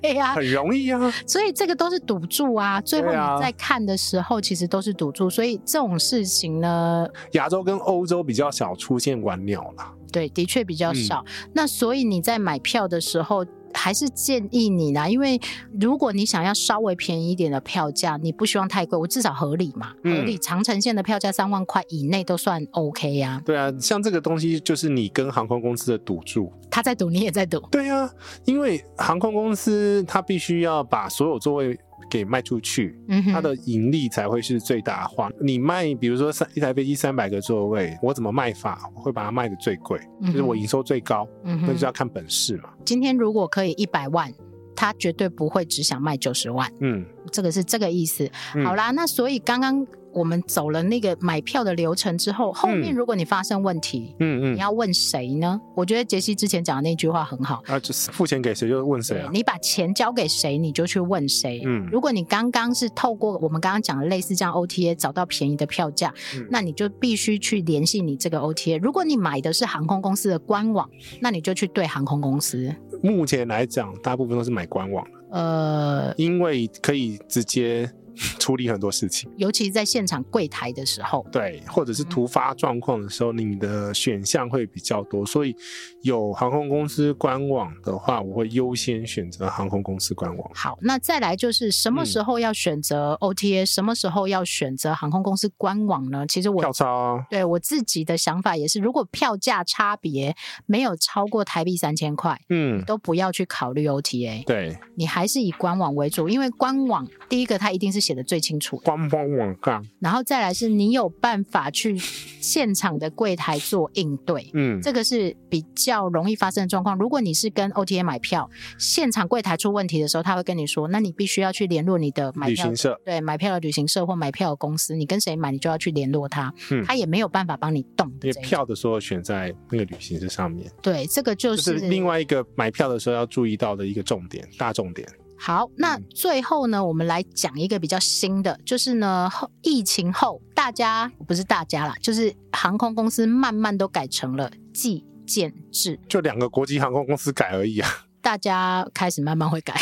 S2: 对呀、
S3: 很容易啊。
S2: 所以这个都是赌注啊。最后
S3: 对啊
S2: 你在看的时候，其实都是赌注。所以这种事情呢，
S3: 亚洲跟欧洲比较少出现晚鸟啦，
S2: 对，的确比
S3: 嗯
S2: 较少。那所以你在买票的时候，还是建议你啦，因为如果你想要稍微便宜一点的票价，你不希望太贵，我至少合理嘛，合
S3: 嗯
S2: 理。长城线的票价三万块以内都算 OK 呀、
S3: 对啊，像这个东西就是你跟航空公司的赌注。
S2: 他在赌，你也在赌。
S3: 对啊，因为航空公司它必须要把所有座位给卖出去，
S2: 嗯
S3: 它
S2: 哼，
S3: 的盈利才会是最大化。你卖，比如说三一台飞机三百个座位，我怎么卖法我会把它卖的最贵，就是我营收最高，
S2: 嗯
S3: 那
S2: 哼
S3: 就要看本事嘛。
S2: 今天如果可以一百万，他绝对不会只想卖九十万。
S3: 嗯，
S2: 这个是这个意思。
S3: 嗯
S2: 好啦，那所以刚刚我们走了那个买票的流程之后，后面
S3: 嗯
S2: 如果你发生问题，
S3: 嗯
S2: 你
S3: 嗯，
S2: 要问谁呢？我觉得杰西之前讲的那句话很好。
S3: 啊，就是付钱给谁就问谁
S2: 对
S3: 啊，。
S2: 你把钱交给谁，你就去问谁。
S3: 嗯
S2: 如果你刚刚是透过我们刚刚讲的类似这样 OTA 找到便宜的票价，
S3: 嗯
S2: 那你就必须去联系你这个 OTA。如果你买的是航空公司的官网，那你就去对航空公司。
S3: 目前来讲，大部分都是买官网的，
S2: 呃，
S3: 因为可以直接处理很多事情。
S2: 尤其在现场柜台的时候，
S3: 对，或
S2: 嗯
S3: 者是突发状况的时候，你的选项会比较多，所以有航空公司官网的话，我会优先选择航空公司官网。
S2: 好，那再来就是什么时候要选择 OTA，、什么时候要选择航空公司官网呢？其实
S3: 票
S2: 我
S3: 超啊，
S2: 对我自己的想法也是，如果票价差别没有超过台币三千块，
S3: 嗯，
S2: 都不要去考虑 OTA，
S3: 对，
S2: 你还是以官网为主，因为官网第一个它一定是写的最清楚的。
S3: 官方网站，
S2: 然后再来是你有办法去现场的柜台做应对。
S3: 嗯，
S2: 这个是比较容易发生的状况。如果你是跟 OTA 买票，现场柜台出问题的时候，他会跟你说，那你必须要去联络你的买
S3: 旅
S2: 票
S3: 行社，
S2: 对买票的旅行社或买票的公司，你跟谁买，你就要去联络他，
S3: 嗯
S2: 他也没有办法帮你动
S3: 因
S2: 的
S3: 为
S2: 这一种。
S3: 票的时候选在那个旅行社上面，
S2: 对，这个就
S3: 就是是另外一个买票的时候要注意到的一个重点，大重点。
S2: 好，那
S3: 嗯
S2: 最后呢，我们来讲一个比较新的，就是呢，后疫情后大家不是大家啦，就是航空公司慢慢都改成了计件制，
S3: 就两个国际航空公司改而已啊。
S2: 大家开始慢慢会改。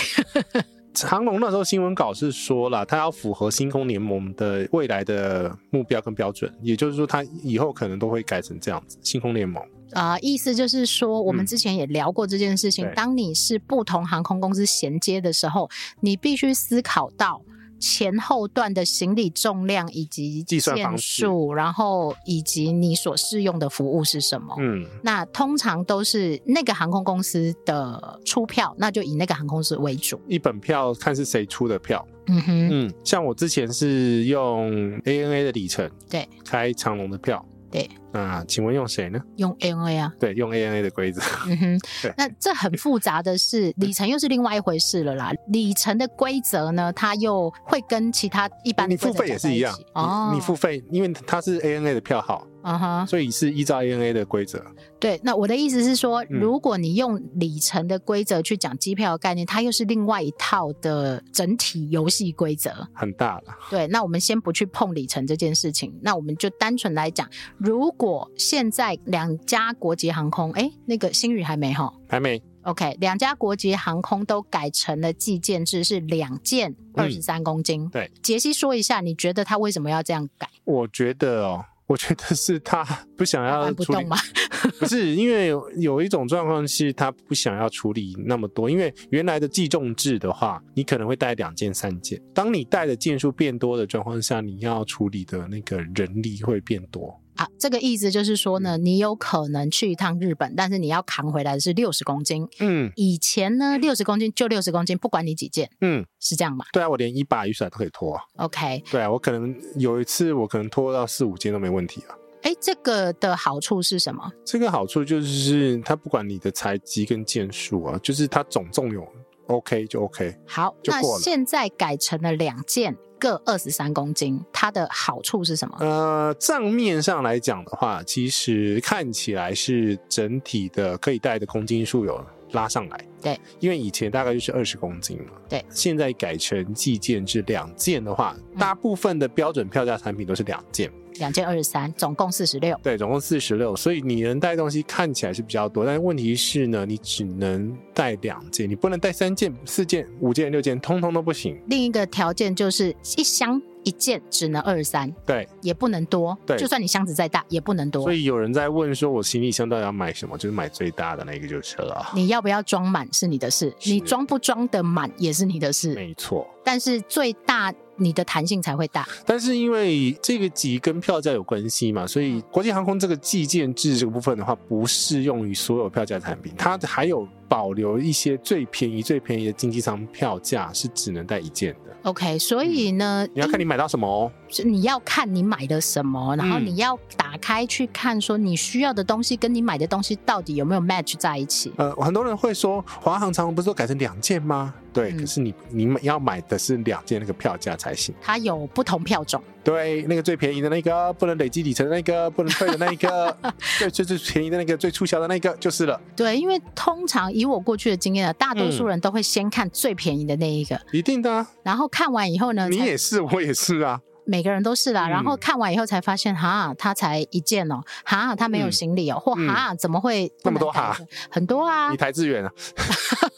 S3: 长龙那时候新闻稿是说了，它要符合星空联盟的未来的目标跟标准，也就是说，它以后可能都会改成这样子。星空联盟，
S2: 啊、意思就是说，我们
S3: 嗯
S2: 之前也聊过这件事情。
S3: 对
S2: 当你是不同航空公司衔接的时候，你必须思考到前后段的行李重量以及
S3: 计算方
S2: 件
S3: 式
S2: 数，然后以及你所适用的服务是什么。
S3: 嗯，
S2: 那通常都是那个航空公司的出票，那就以那个航空公司为主。
S3: 一本票看是谁出的票。
S2: 嗯哼，
S3: 嗯，像我之前是用 ANA 的里程，
S2: 对，
S3: 开长龙的票，
S2: 对。
S3: 那请问用谁呢？
S2: 用 ANA 啊，
S3: 对，用 ANA 的规则。
S2: 嗯哼
S3: 对，
S2: 那这很复杂的是里程又是另外一回事了啦。里程的规则呢，它又会跟其他一般的
S3: 你付费也是一样
S2: 规则，讲在起哦
S3: 你你付费，因为它是 ANA 的票号，
S2: 嗯哼，
S3: 所以是依照 ANA 的规则。
S2: 对。那我的意思是说，
S3: 嗯
S2: 如果你用里程的规则去讲机票的概念，它又是另外一套的整体游戏规则。
S3: 很大了，
S2: 对，那我们先不去碰里程这件事情，那我们就单纯来讲，如果现在两家国际航空，哎，那个新宇还没哈
S3: 还没
S2: OK，两家国际航空都改成了计件制，是两件二十三公斤、
S3: 嗯对，
S2: 杰西说一下，你觉得他为什么要这样改？
S3: 我觉得哦，我觉得是他不想
S2: 他
S3: 要
S2: 搬不
S3: 处理
S2: 动，吗？
S3: 不是因为有有一种状况是他不想要处理那么多，因为原来的计重制的话，你可能会带两件、三件，当你带的件数变多的状况下，你要处理的那个人力会变多。
S2: 啊，这个意思就是说
S3: 嗯
S2: 呢，你有可能去一趟日本，但是你要扛回来的是六十公斤。
S3: 嗯
S2: 以前呢，六十公斤就六十公斤，不管你几件，
S3: 嗯，
S2: 是这样吗
S3: 对啊，我连一把雨伞都可以拖、啊，
S2: ？OK，
S3: 对啊，我可能有一次我可能拖到四五件都没问题啊。
S2: 哎，这个的好处是什么？
S3: 这个好处就是它不管你的材积跟件数啊，就是它总重有 OK 就 OK。
S2: 好，
S3: 就
S2: 那
S3: 过了
S2: 现在改成了两件各二十三公斤，它的好处是什么？
S3: 呃，账面上来讲的话，其实看起来是整体的可以带的公斤数有拉上来。
S2: 对，
S3: 因为以前大概就是二十公斤嘛。
S2: 对，
S3: 现在改成计件制两件的话，
S2: 嗯
S3: 大部分的标准票价产品都是两件，
S2: 两件二十三，总共四十六。
S3: 对，总共四十六，所以你能带东西看起来是比较多，但是问题是呢，你只能带两件，你不能带三件、四件、五件、六件，通通都不行。
S2: 另一个条件就是一箱一件只能二十三，
S3: 对，
S2: 也不能多。
S3: 对
S2: 就算你箱子再大，也不能多
S3: 所。以有人在问说，我行李箱到底要买什么？就是买最大的那个就是了啊。
S2: 你要不要装满是你的事，
S3: 是
S2: 你装不装得满也是你的事。
S3: 没错，
S2: 但是最大你的弹性才会大。
S3: 但是因为这个级跟票价有关系嘛，所以国际航空这个计件制这个部分的话，不适用于所有票价产品，它还有保留一些最便宜、最便宜的经济舱票价是只能带一件的。
S2: OK，所以呢，
S3: 嗯你要看你
S2: 因
S3: 买到什么哦。
S2: 是你要看你买的什么，然后
S3: 嗯
S2: 你要打开去看，说你需要的东西跟你买的东西到底有没有 match 在一起。
S3: 呃，很多人会说，华航、长荣不是都改成两件吗？对，
S2: 嗯
S3: 可是你你买要买的是两件那个票价才行。
S2: 它有不同票种，
S3: 对，那个最便宜的那个，不能累积里程的那个，不能退的那个， 最最最便宜的那个，最促销的那个就是了，
S2: 对，因为通常以我过去的经验啊，大多
S3: 嗯
S2: 数人都会先看最便宜的那一个，
S3: 一定的、啊。
S2: 然后看完以后呢，嗯
S3: 你
S2: 才
S3: 也 是，我也是啊。
S2: 每个人都是啦。
S3: 嗯
S2: 然后看完以后才发现，哈，他才一件哦，哈，他没有
S3: 嗯
S2: 行李哦，或
S3: 嗯
S2: 哈，怎么会
S3: 那么多
S2: 不能带
S3: 哈
S2: 着？很多啊
S3: 你，台志远啊？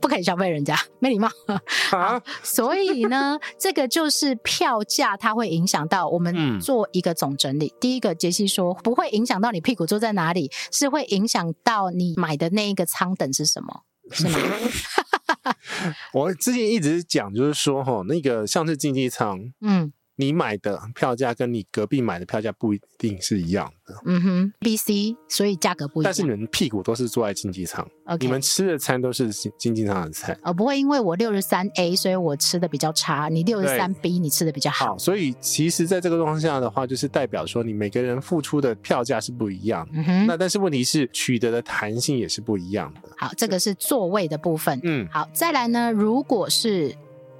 S2: 不可以消费人家， 没 礼貌。
S3: 啊，
S2: 所以呢，这个就是票价，它会影响到我们
S3: 嗯
S2: 做一个总整理。第一个，杰西说不会影响到你屁股坐在哪里，是会影响到你买的那一个舱等是什么。是 吗？
S3: 我之前一直讲，就是说哈，那个像是经济舱，
S2: 嗯，
S3: 你买的票价跟你隔壁买的票价不一定是一样的，
S2: 嗯哼，B、C，所以价格不一
S3: 但
S2: 样。
S3: 是你们屁股都是坐在竞技场，
S2: OK，
S3: 你们吃的餐都是竞竞技场的菜。
S2: 哦不会，因为我六十三 A，所以我吃的比较差；你六十三 B，你吃的比较好
S3: 好，。所以其实在这个状况下的话，就是代表说你每个人付出的票价是不一样的。
S2: 嗯哼，
S3: 那但是问题是取得的弹性也是不一样的。
S2: 好，这个是座位的部分。
S3: 嗯，
S2: 好，再来呢，如果是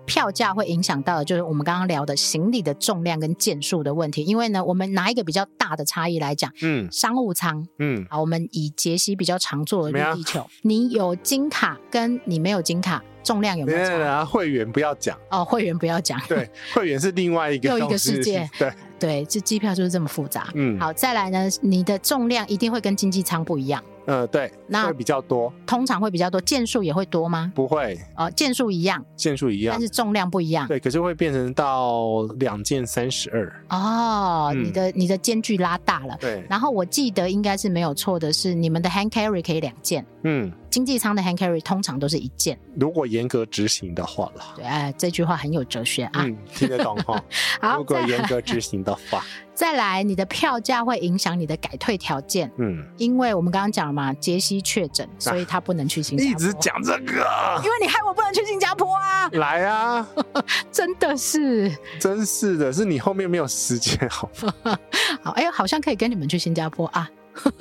S2: 票价会影响到的，就是我们刚刚聊的行李的重量跟件数的问题。因为呢，我们拿一个比较大的差异来讲，
S3: 嗯
S2: 商务舱
S3: 嗯，
S2: 啊，我们以杰西比较常坐的
S3: 怎
S2: 绿
S3: 么样
S2: 地球，你有金卡跟你没有金卡，重量有没
S3: 等
S2: 有
S3: 等
S2: 差？
S3: 啊，会员不要讲，
S2: 哦，会员不要讲，
S3: 对，会员是另外一个
S2: 又一个
S3: 东西
S2: 世界，
S3: 对，
S2: 对，这机票就是这么复杂。
S3: 嗯，，
S2: 好，再来呢，你的重量一定会跟经济舱不一样，
S3: 呃，对，
S2: 那
S3: 会比较多，
S2: 通常会比较多，件数也会多吗？
S3: 不会
S2: 哦，件数一样，
S3: 件数一样
S2: 但，是重量不一样。
S3: 对，可是会变成到两件三十二，
S2: 哦，
S3: 嗯
S2: 你的你的间距拉大了。
S3: 对，
S2: 然后我记得应该是没有错的是，你们的 hand carry 可以两件，
S3: 嗯，
S2: 经济舱的 hand carry 通常都是一件。
S3: 如果严格执行的话啦，
S2: 对，哎，这句话很有哲学啊。
S3: 嗯，听得懂哈。
S2: 好，
S3: 如果
S2: 再
S3: 严格执行的话，
S2: 再来，你的票价会影响你的改退条件，
S3: 嗯，
S2: 因为我们刚刚讲了嘛，杰西确诊，所以他不能去新加坡。
S3: 啊一直，讲这个，
S2: 因为你害我不能去新加坡啊，
S3: 来啊，
S2: 真的是。
S3: 真是的，是你后面没有时间好 吗，
S2: 好，哎、好像可以跟你们去新加坡啊，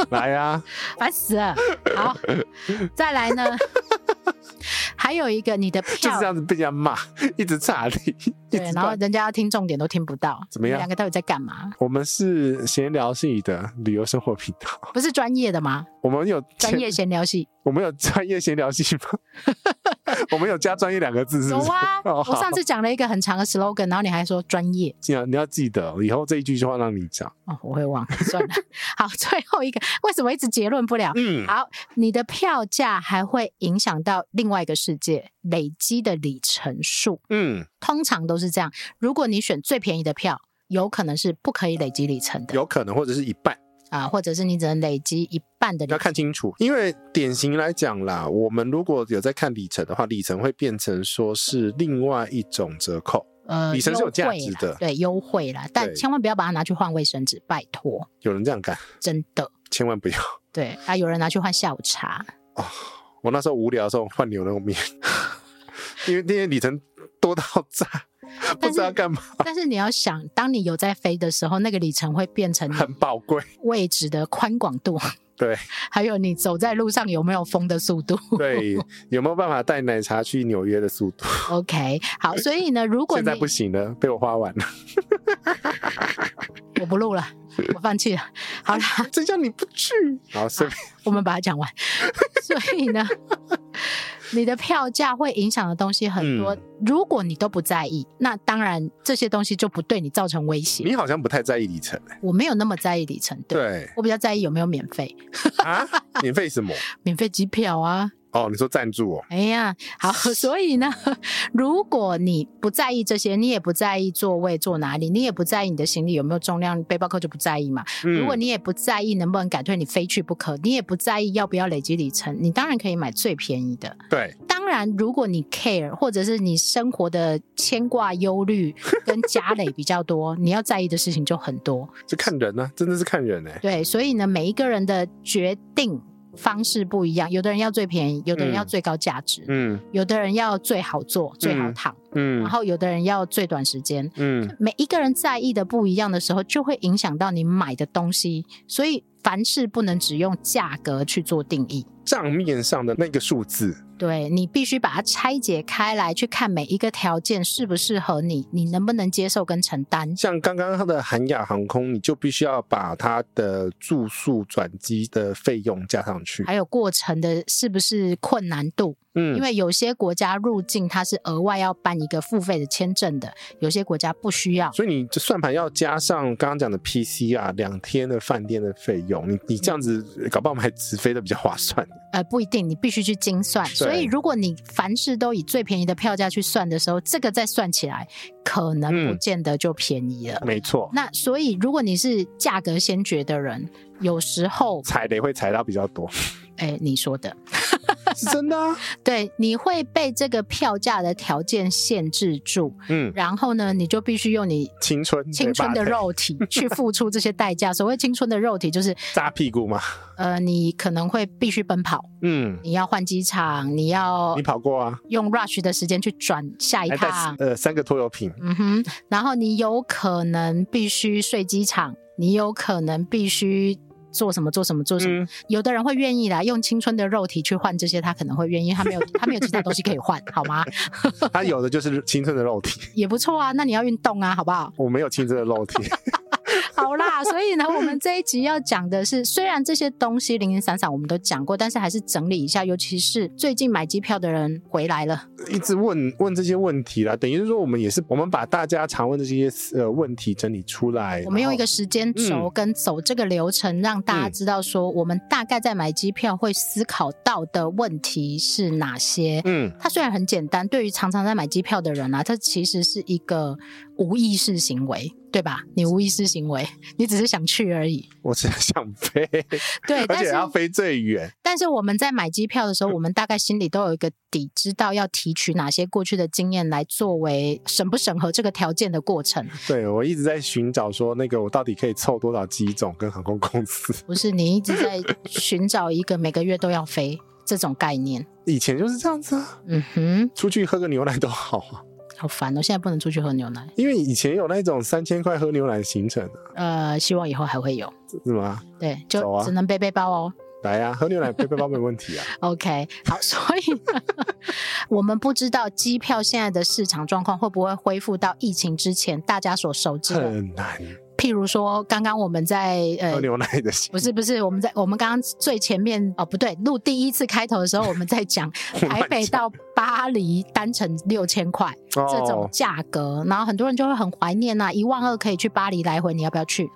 S3: 来啊，
S2: 烦死了。好，再来呢， 还有一个你的
S3: 就是
S2: 票
S3: 这，样子被人家骂，一直岔题，一
S2: 对，
S3: 直
S2: 然后
S3: 断。
S2: 人家要听重点都听不到，
S3: 怎么样
S2: 你们两个到底在干嘛？
S3: 我们是闲聊系的旅游生活频道，
S2: 不是专业的吗？
S3: 我们有
S2: 专业闲聊系
S3: 我们有专业闲 聊系吗？我们有加“专业”两个字，是
S2: 有
S3: 不是？
S2: 啊，
S3: 哦
S2: 我
S3: 好
S2: 上次讲了一个很长的 slogan，然后你还说专业
S3: 这样你要记得，哦以后这一句就话让你讲。
S2: 哦，我会忘了，算了。 好，最后一个为什么一直结论不了？
S3: 嗯，
S2: 好，你的票价还会影响到另外一个世界累积的里程数，
S3: 嗯，
S2: 通常都是这样。如果你选最便宜的票，有可能是不可以累积里程的
S3: 有可能或者是一半，
S2: 啊、或者是你只能累积一半的里
S3: 要看清楚。因为典型来讲啦，我们如果有在看里程的话，里程会变成说是另外一种折扣。
S2: 呃
S3: 里程是有价
S2: 优惠
S3: 值
S2: 啦
S3: 的
S2: 对优惠啦，但
S3: 对
S2: 千万不要把它拿去换卫生纸，拜托，
S3: 有人这样干，
S2: 真的。
S3: 千万不要。
S2: 对啊，有人拿去换下午
S3: 啊
S2: 茶，
S3: 我那时候无聊的时候换牛肉面，因为那些里程多到 炸，不知道干嘛，
S2: 但是你要想，当你有在飞的时候，那个里程会变 成你
S3: 很宝贵。
S2: 位置的宽广度，
S3: 对，
S2: 还有你走在路上有没有风的速度。
S3: 对，有没有办法带奶茶去纽约的速 度？
S2: OK，好， 所以呢，如果
S3: 现
S2: 你
S3: 在不行了，被我花完了。
S2: 我不录 了，我放弃了。好啦，
S3: 真哎叫你不 去，然后随便
S2: 我们把它讲完。 所以呢，你的票价会影响的东西很多，
S3: 嗯
S2: 如果你都不在意，那当然这些东西就不对你造成威胁。
S3: 你好像不太在意里程、欸。
S2: 我没有那么在意里程，对。
S3: 对
S2: 我比较在意有没有免费，
S3: 啊，免费什么？
S2: 免费机票啊，
S3: 哦，你说赞助哦？
S2: 哎呀，好，所以呢，如果你不在意这些，你也不在意座位坐哪里，你也不在意你的行李有没有重量，背包客就不在意嘛。如果
S3: 你
S2: 你也不在意能不能改退，你非去不可，你也不在意要不要累积里程，你当然可以买最便宜的。
S3: 对
S2: 当然，如果你 care 或者是你生活的牵挂、忧 虑跟家累比较多，你要在意的事情就很多。
S3: 这看人呢、真的是看人哎、
S2: 对，所以呢，每一个人的决定方式不一样，有的人要最便宜，有的人要
S3: 嗯
S2: 最高价值。
S3: 嗯
S2: 有的人要最好做、最好躺，然
S3: 嗯
S2: 后有的人要最短时间。
S3: 嗯，
S2: 每一个人在意的不一样的时候，就会影响到你买的东西，所以凡事不能只用价格去做定义。
S3: 账面上的那个数字，
S2: 对你必须把它拆解开来，去看每一个条件适不适合你，你能不能接受跟承担。
S3: 像刚刚他的韩亚航空，你就必须要把它的住宿转机的费用加上去。
S2: 还有过程的是不是困难度？
S3: 嗯，
S2: 因为有些国家入境它是额外要办一个付费的签证的，有些国家不需要。
S3: 所以你这算盘要加上刚刚讲的 PCR 两天的饭店的费用，你你这样子搞不好买直飞的比较划算。
S2: 呃，不一定，你必须去精算。所以，如果你凡事都以最便宜的票价去算的时候，这个再算起来，可能不
S3: 嗯
S2: 见得就便宜了。
S3: 没错，
S2: 那所以，如果你是价格先觉的人，有时候，
S3: 踩雷会踩到比较多。
S2: 哎，你说的，
S3: 是真的啊。
S2: 对，你会被这个票价的条件限制住，
S3: 嗯，
S2: 然后呢，你就必须用你
S3: 青春
S2: 青春的
S3: 嗯嘴巴
S2: 肉 体去付出这些代价。所谓青春的肉体，就是
S3: 扎屁股嘛，
S2: 呃，你可能会必须奔跑，
S3: 嗯，
S2: 你要换机场，你要
S3: 你跑过啊，
S2: 用 rush 的时间去转下一
S3: 还带
S2: 趟，
S3: 呃三个拖油瓶，
S2: 嗯哼，然后你有可能必须睡机场，你有可能必须。做什么做什么做什么？
S3: 嗯，
S2: 有的人会愿意来用青春的肉体去换这些，他可能会愿意，他没有他没有其他东西可以换，好吗？
S3: 他有的就是青春的 肉体，
S2: 也不错啊，那你要运动啊，好不
S3: ？
S2: 好
S3: 我没有青春的肉体，
S2: 好啦，所以呢，我们这一集要讲的是， 虽然这些东西零零散散我们都讲过，但是还是整理一下，尤其是最近买机票的人回来了，
S3: 一直问问这些问题啦，等于是说我们也是我们把大家常问的这些呃问题整理出来，
S2: 我们
S3: 然
S2: 用
S3: 后
S2: 一个时间
S3: 嗯
S2: 轴跟走这个流程，让大家知道说，我们大概在买机票会思考到的问题是哪些。
S3: 嗯
S2: 它虽然很简单，对于常常在买机票的人啊，它其实是一个无意识行为，对吧？你无意识行为，你只是想去而已。
S3: 我只是想飞，
S2: 对，
S3: 而
S2: 但
S3: 且
S2: 是
S3: 要飞最远，
S2: 但是我们在买机票的
S3: 嗯
S2: 时候，我们大概心里都有一个底，知道要提取哪些过去的经验来作为审不审核这个条件的过程。
S3: 对我一直在寻找说那个我到底可以凑多少机种跟航空公司，
S2: 不是你一直在寻找一个每个月都要飞这种概念。
S3: 以前就是这样子啊，
S2: 嗯哼，
S3: 出去喝个牛奶都好啊，
S2: 好烦哦！现在不能出去喝牛奶，
S3: 因为以前有那种三千块喝牛奶的行程啊，
S2: 呃，希望以后还会有。
S3: 是吗？
S2: 对，
S3: 走
S2: 就
S3: 啊
S2: 只能背背包哦。
S3: 来啊，喝牛奶背背包没问 题啊。
S2: OK，好，所以 呢我们不知道机票现在的市场状况会不会恢复到疫情之前大家所熟知的，
S3: 很难
S2: 譬如说刚刚我们在呃
S3: 喝。牛奶的行
S2: 不是不是，我们在我们刚刚最前面哦，不对，录第一次开头的时候，我们在讲 台北到巴黎单程六千块，
S3: 哦，
S2: 这种价格，然后很多人就会很怀念呐、一万二可以去巴黎来回，你要不要去？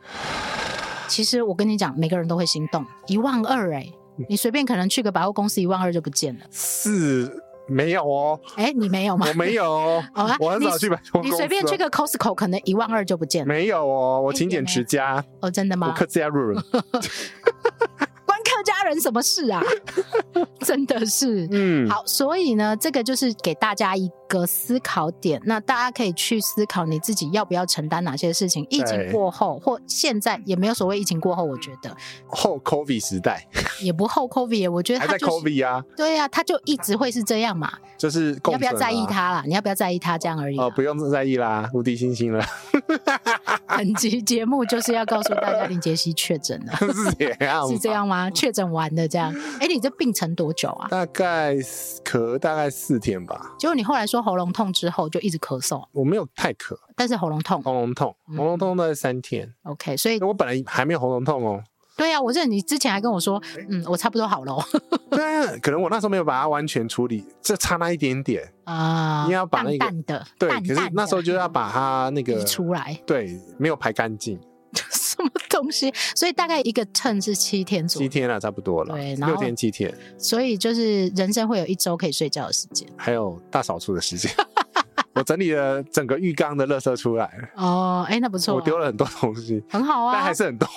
S2: 其实我跟你讲，每个人都会心动，一万二哎、你随便可能去个百货公司，一万二就不见了。
S3: 是没有哦，
S2: 哎、你没有吗，
S3: 我？没有哦
S2: 好啊
S3: 我很少去百货公司
S2: 你
S3: 哦、
S2: 随便去个 Costco，可能一万二就不见了。
S3: 没有哦，我
S2: 哎
S3: 勤
S2: 也
S3: 俭
S2: 没有
S3: 持家，
S2: 哦，真的
S3: 我
S2: 吗？
S3: 客家人，
S2: 关客家人什么事啊？ 真的是。
S3: 嗯，
S2: 好，所以呢，这个就是给大家一个思考点，那大家可以去思考你自己要不要承担哪些事情。疫情
S3: 对
S2: 过后或现在也没有所谓疫情过后，我觉得
S3: 后 COVID 时代
S2: 也不后 COVID，我觉得
S3: 还
S2: 他
S3: 在
S2: 就是
S3: COVID 啊，
S2: 对呀、啊，他就一直会是这样嘛。
S3: 就是
S2: 你
S3: 共
S2: 要不要
S3: 存
S2: 在意
S3: 啊？
S2: 他啦？你要不要在意他这样而已、
S3: 哦，不用在意啦，无敌星星了，
S2: 本 集节目就是要告诉大家，林杰西确诊了，
S3: 是这样，
S2: 是这。样 吗？确诊完的这样。哎，你这病程多久啊？
S3: 大概四咳大概四天吧，
S2: 结果你后来说喉咙痛之后就一直咳嗽，
S3: 我没有太咳，
S2: 但是喉咙痛。
S3: 喉咙痛，
S2: 嗯
S3: 喉咙痛大概三天。
S2: OK，所以
S3: 我本来还没有喉咙痛哦，
S2: 对呀、啊，我记得你之前还跟我说，嗯，我差不多好了哦
S3: 但可能我那时候没有把它完全处理，这差那一点点。
S2: 啊，
S3: 你要把那
S2: 淡淡
S3: 个
S2: 的，
S3: 对，
S2: 淡
S3: 可
S2: 淡
S3: 是那时候就要把它那
S2: 移
S3: 个
S2: 出来，
S3: 对，没有排干净，
S2: 什么东西？所以大概一个 turn 是七天左
S3: 七
S2: 右。
S3: 天啊了，差不多了，
S2: 对然后
S3: 六天七天，
S2: 所以就是人生会有一周可以睡觉的时间
S3: 还有大扫除的时间。 我整理了整个浴缸的垃圾出来了，
S2: 哦，哎，那不错、
S3: 我
S2: 啊，
S3: 丢了很多东西，
S2: 很好
S3: 但
S2: 啊
S3: 还，是很 多，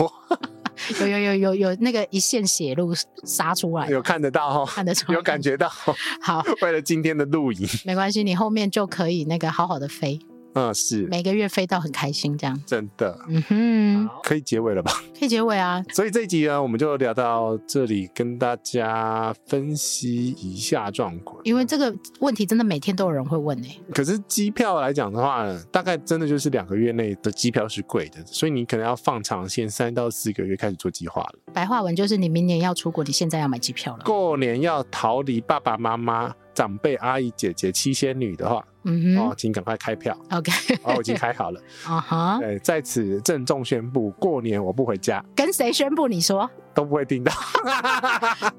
S2: 有有有有有那个一线血路杀出来，
S3: 有看得到 哦，
S2: 看得出来，
S3: 有感。觉到。
S2: 好，
S3: 为了今天的录影，
S2: 没关系，你后面就可以那个好好的飞，
S3: 嗯，是
S2: 每个月飞到很开心这样。
S3: 真的，
S2: 嗯哼，
S3: 可以结尾了吧？
S2: 可以结尾啊，
S3: 所以这一集呢，我们就聊到这里，跟大家分析一下状况。
S2: 因为这个问题真的每天都有人会问欸诶、
S3: 可是机票来讲的话，大概真的就是两个月内的机票是贵的，所以你可能要放长线，三到四个月开始做计划了。
S2: 白话文就是你明年要出国，你现在要买机票了。
S3: 过年要逃离爸爸妈妈、长辈、阿姨、姐姐、七仙女的话，
S2: 嗯
S3: 哦
S2: 哼，
S3: 请赶快开票。
S2: ，OK，
S3: 哦，我已经开好了。
S2: 啊哈，
S3: 对，在此郑重宣布，过年我不回家，
S2: 跟谁宣布？你说，
S3: 都不会 听到。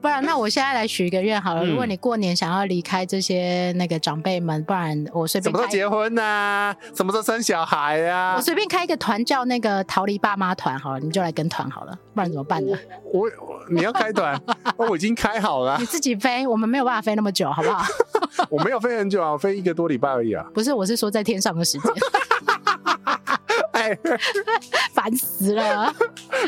S2: 不然那我现在来许一个愿好了。
S3: 嗯
S2: 如果你过年想要离开这些那个长辈们，不然我随
S3: 什
S2: 便
S3: 么时候
S2: 开，
S3: 结婚呐、什么时候生小孩啊
S2: 我？随便开一个团叫那个逃离爸妈团好了，你就来跟团好了，不然怎么办 呢？
S3: 我我你要开 团，哦我已经开好了啊
S2: 你，自己飞，我们没有办法飞那么久，好不好？
S3: 我没有飞很久啊，我飞一个多礼拜而已啊。
S2: 不是，我是说在 天上的时间，
S3: 哎，
S2: 烦死了。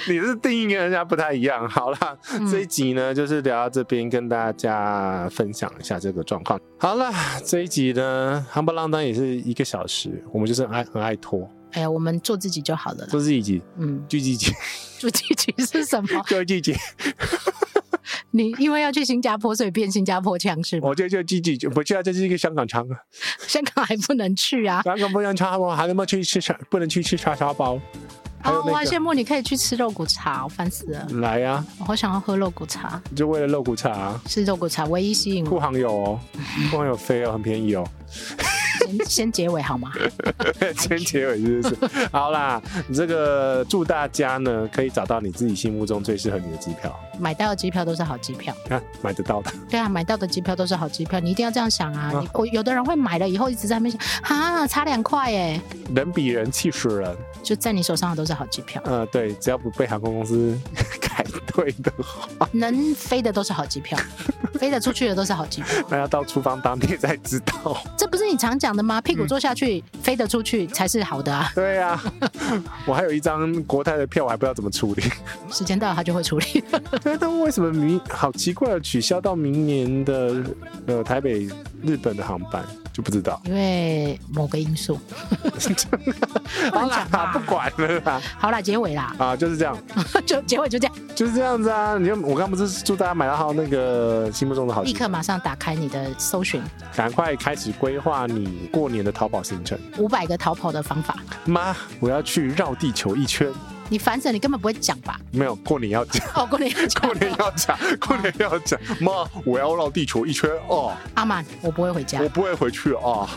S3: 你是定义跟人家不太一样。好啦，
S2: 嗯
S3: 这一集呢就是聊到这边，跟大家分享一下这个状况。好啦，这一集呢，夯不啷当也是一个小时，我们就是很爱很爱拖，
S2: 哎呀，我们做自己就好了啦。
S3: 这是一集
S2: 嗯，
S3: 聚集 集，
S2: 主题曲是什么？
S3: 就聚集，
S2: 你因为要去新加坡，所以变新加坡腔是吗？
S3: 我这就聚集，不去啊，这是一个香港腔啊，
S2: 香港还不能去啊！
S3: 香港不能叉包，还能不能去吃叉，不能去吃叉烧包，还有
S2: 哦，哇，
S3: 那
S2: 羡
S3: 个。嗯
S2: 慕你可以去吃肉骨茶，我烦死了！
S3: 来呀、
S2: 我好想要喝肉骨茶，
S3: 就为了肉骨茶、啊，
S2: 吃肉骨茶唯一吸引
S3: 库
S2: 我。
S3: 航有哦，库航有飞哦，很便宜哦。
S2: 先先结尾好吗？
S3: 先结尾是不是？好啦，这个祝大家呢可以找到你自己心目中最适合你的机票，
S2: 买到的机票都是好机票，
S3: 看、买得到的。
S2: 对啊，买到的机票都是好机票，你一定要这样想啊！
S3: 啊
S2: 你我有的人会买了以后一直在那边想啊，差两块耶，
S3: 人比人气死人，
S2: 就在你手上的都是好机票，
S3: 呃，对，只要不被航空公司 改退的话，
S2: 能飞的都是好机 票，飞得出去的都是好机票。
S3: 那要到出方当面才知道。
S2: 这不是你常讲的
S3: 嗯
S2: 吗？屁股坐下去，飞得出去才是好的啊！
S3: 对呀、我还有一张国泰的票，我还不知道怎么处理。
S2: 时间到了，他就会处理。。
S3: 对，但为什么明好奇怪的取消到明年的呃台北日本的航班就不知道
S2: 因为某个因 素。
S3: 好啊啦，不管了啦，
S2: 好啦，结尾啦，
S3: 啊，就是这样。
S2: 就结尾就这样，
S3: 就是这样子啊！你就我刚不是祝大家买到那个心目中的好
S2: 立
S3: 戏，
S2: 刻马上打开你的搜寻
S3: 赶快开始规划你过年的淘宝行程。
S2: 五百个逃跑的方法。
S3: 妈，我要去绕地球一圈。
S2: 你烦死了，你根本不会讲吧？
S3: 没有，过年要 讲，
S2: 哦，过年要
S3: 过
S2: 讲。
S3: 年要讲，过年要讲。妈，我要绕地球一圈哦，
S2: 阿满，我不会回家
S3: 我。不会回去哦。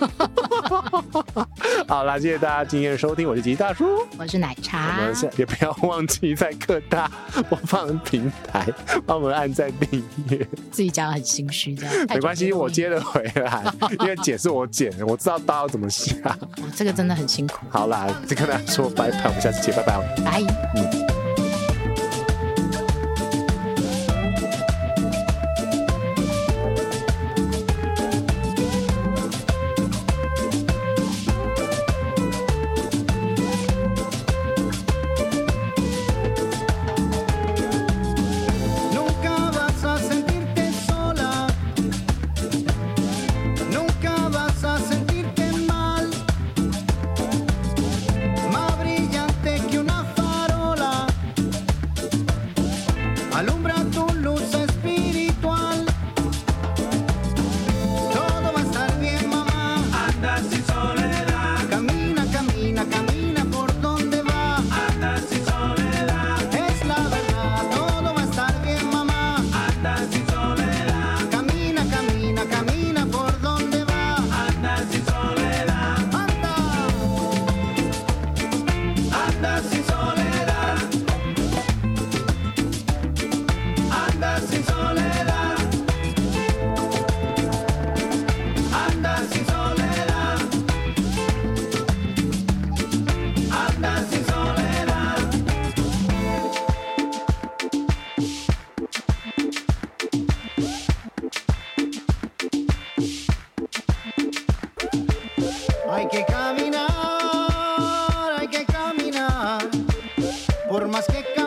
S3: 好啦，谢谢大家今天的收听，我是吉大叔。
S2: 我是奶
S3: 我
S2: 茶
S3: 们，下也不要忘记在各大播放平台帮我们按赞订阅。
S2: 自己讲得很心虚这样。
S3: 没关系，我接
S2: 得。
S3: 得回来，因为剪是我剪的，我知道刀要怎么下。
S2: 哦这个真的很辛苦。
S3: 好啦，就跟大家说拜拜，我们下次见，拜拜哦。
S2: 拜。
S5: Nunca vas a sentirte sola, nunca vas a sentirte mal, más brillante que una farola, alumbra tu luz espiritual. Todo va a estar bien, mamá. Anda sin soledad. Camina, camina, camina por donde va. Anda sin soledad. Es la verdad, todo va a estar bien, mamá. Anda sin soledad. Camina, camina, camina por donde va. Anda sin soledad. Anda. Anda sin soledad. Anda sin soledad. Anda sin soledad. Anda sin soledad. Hay que caminar, hay que caminar. Por más que caminar.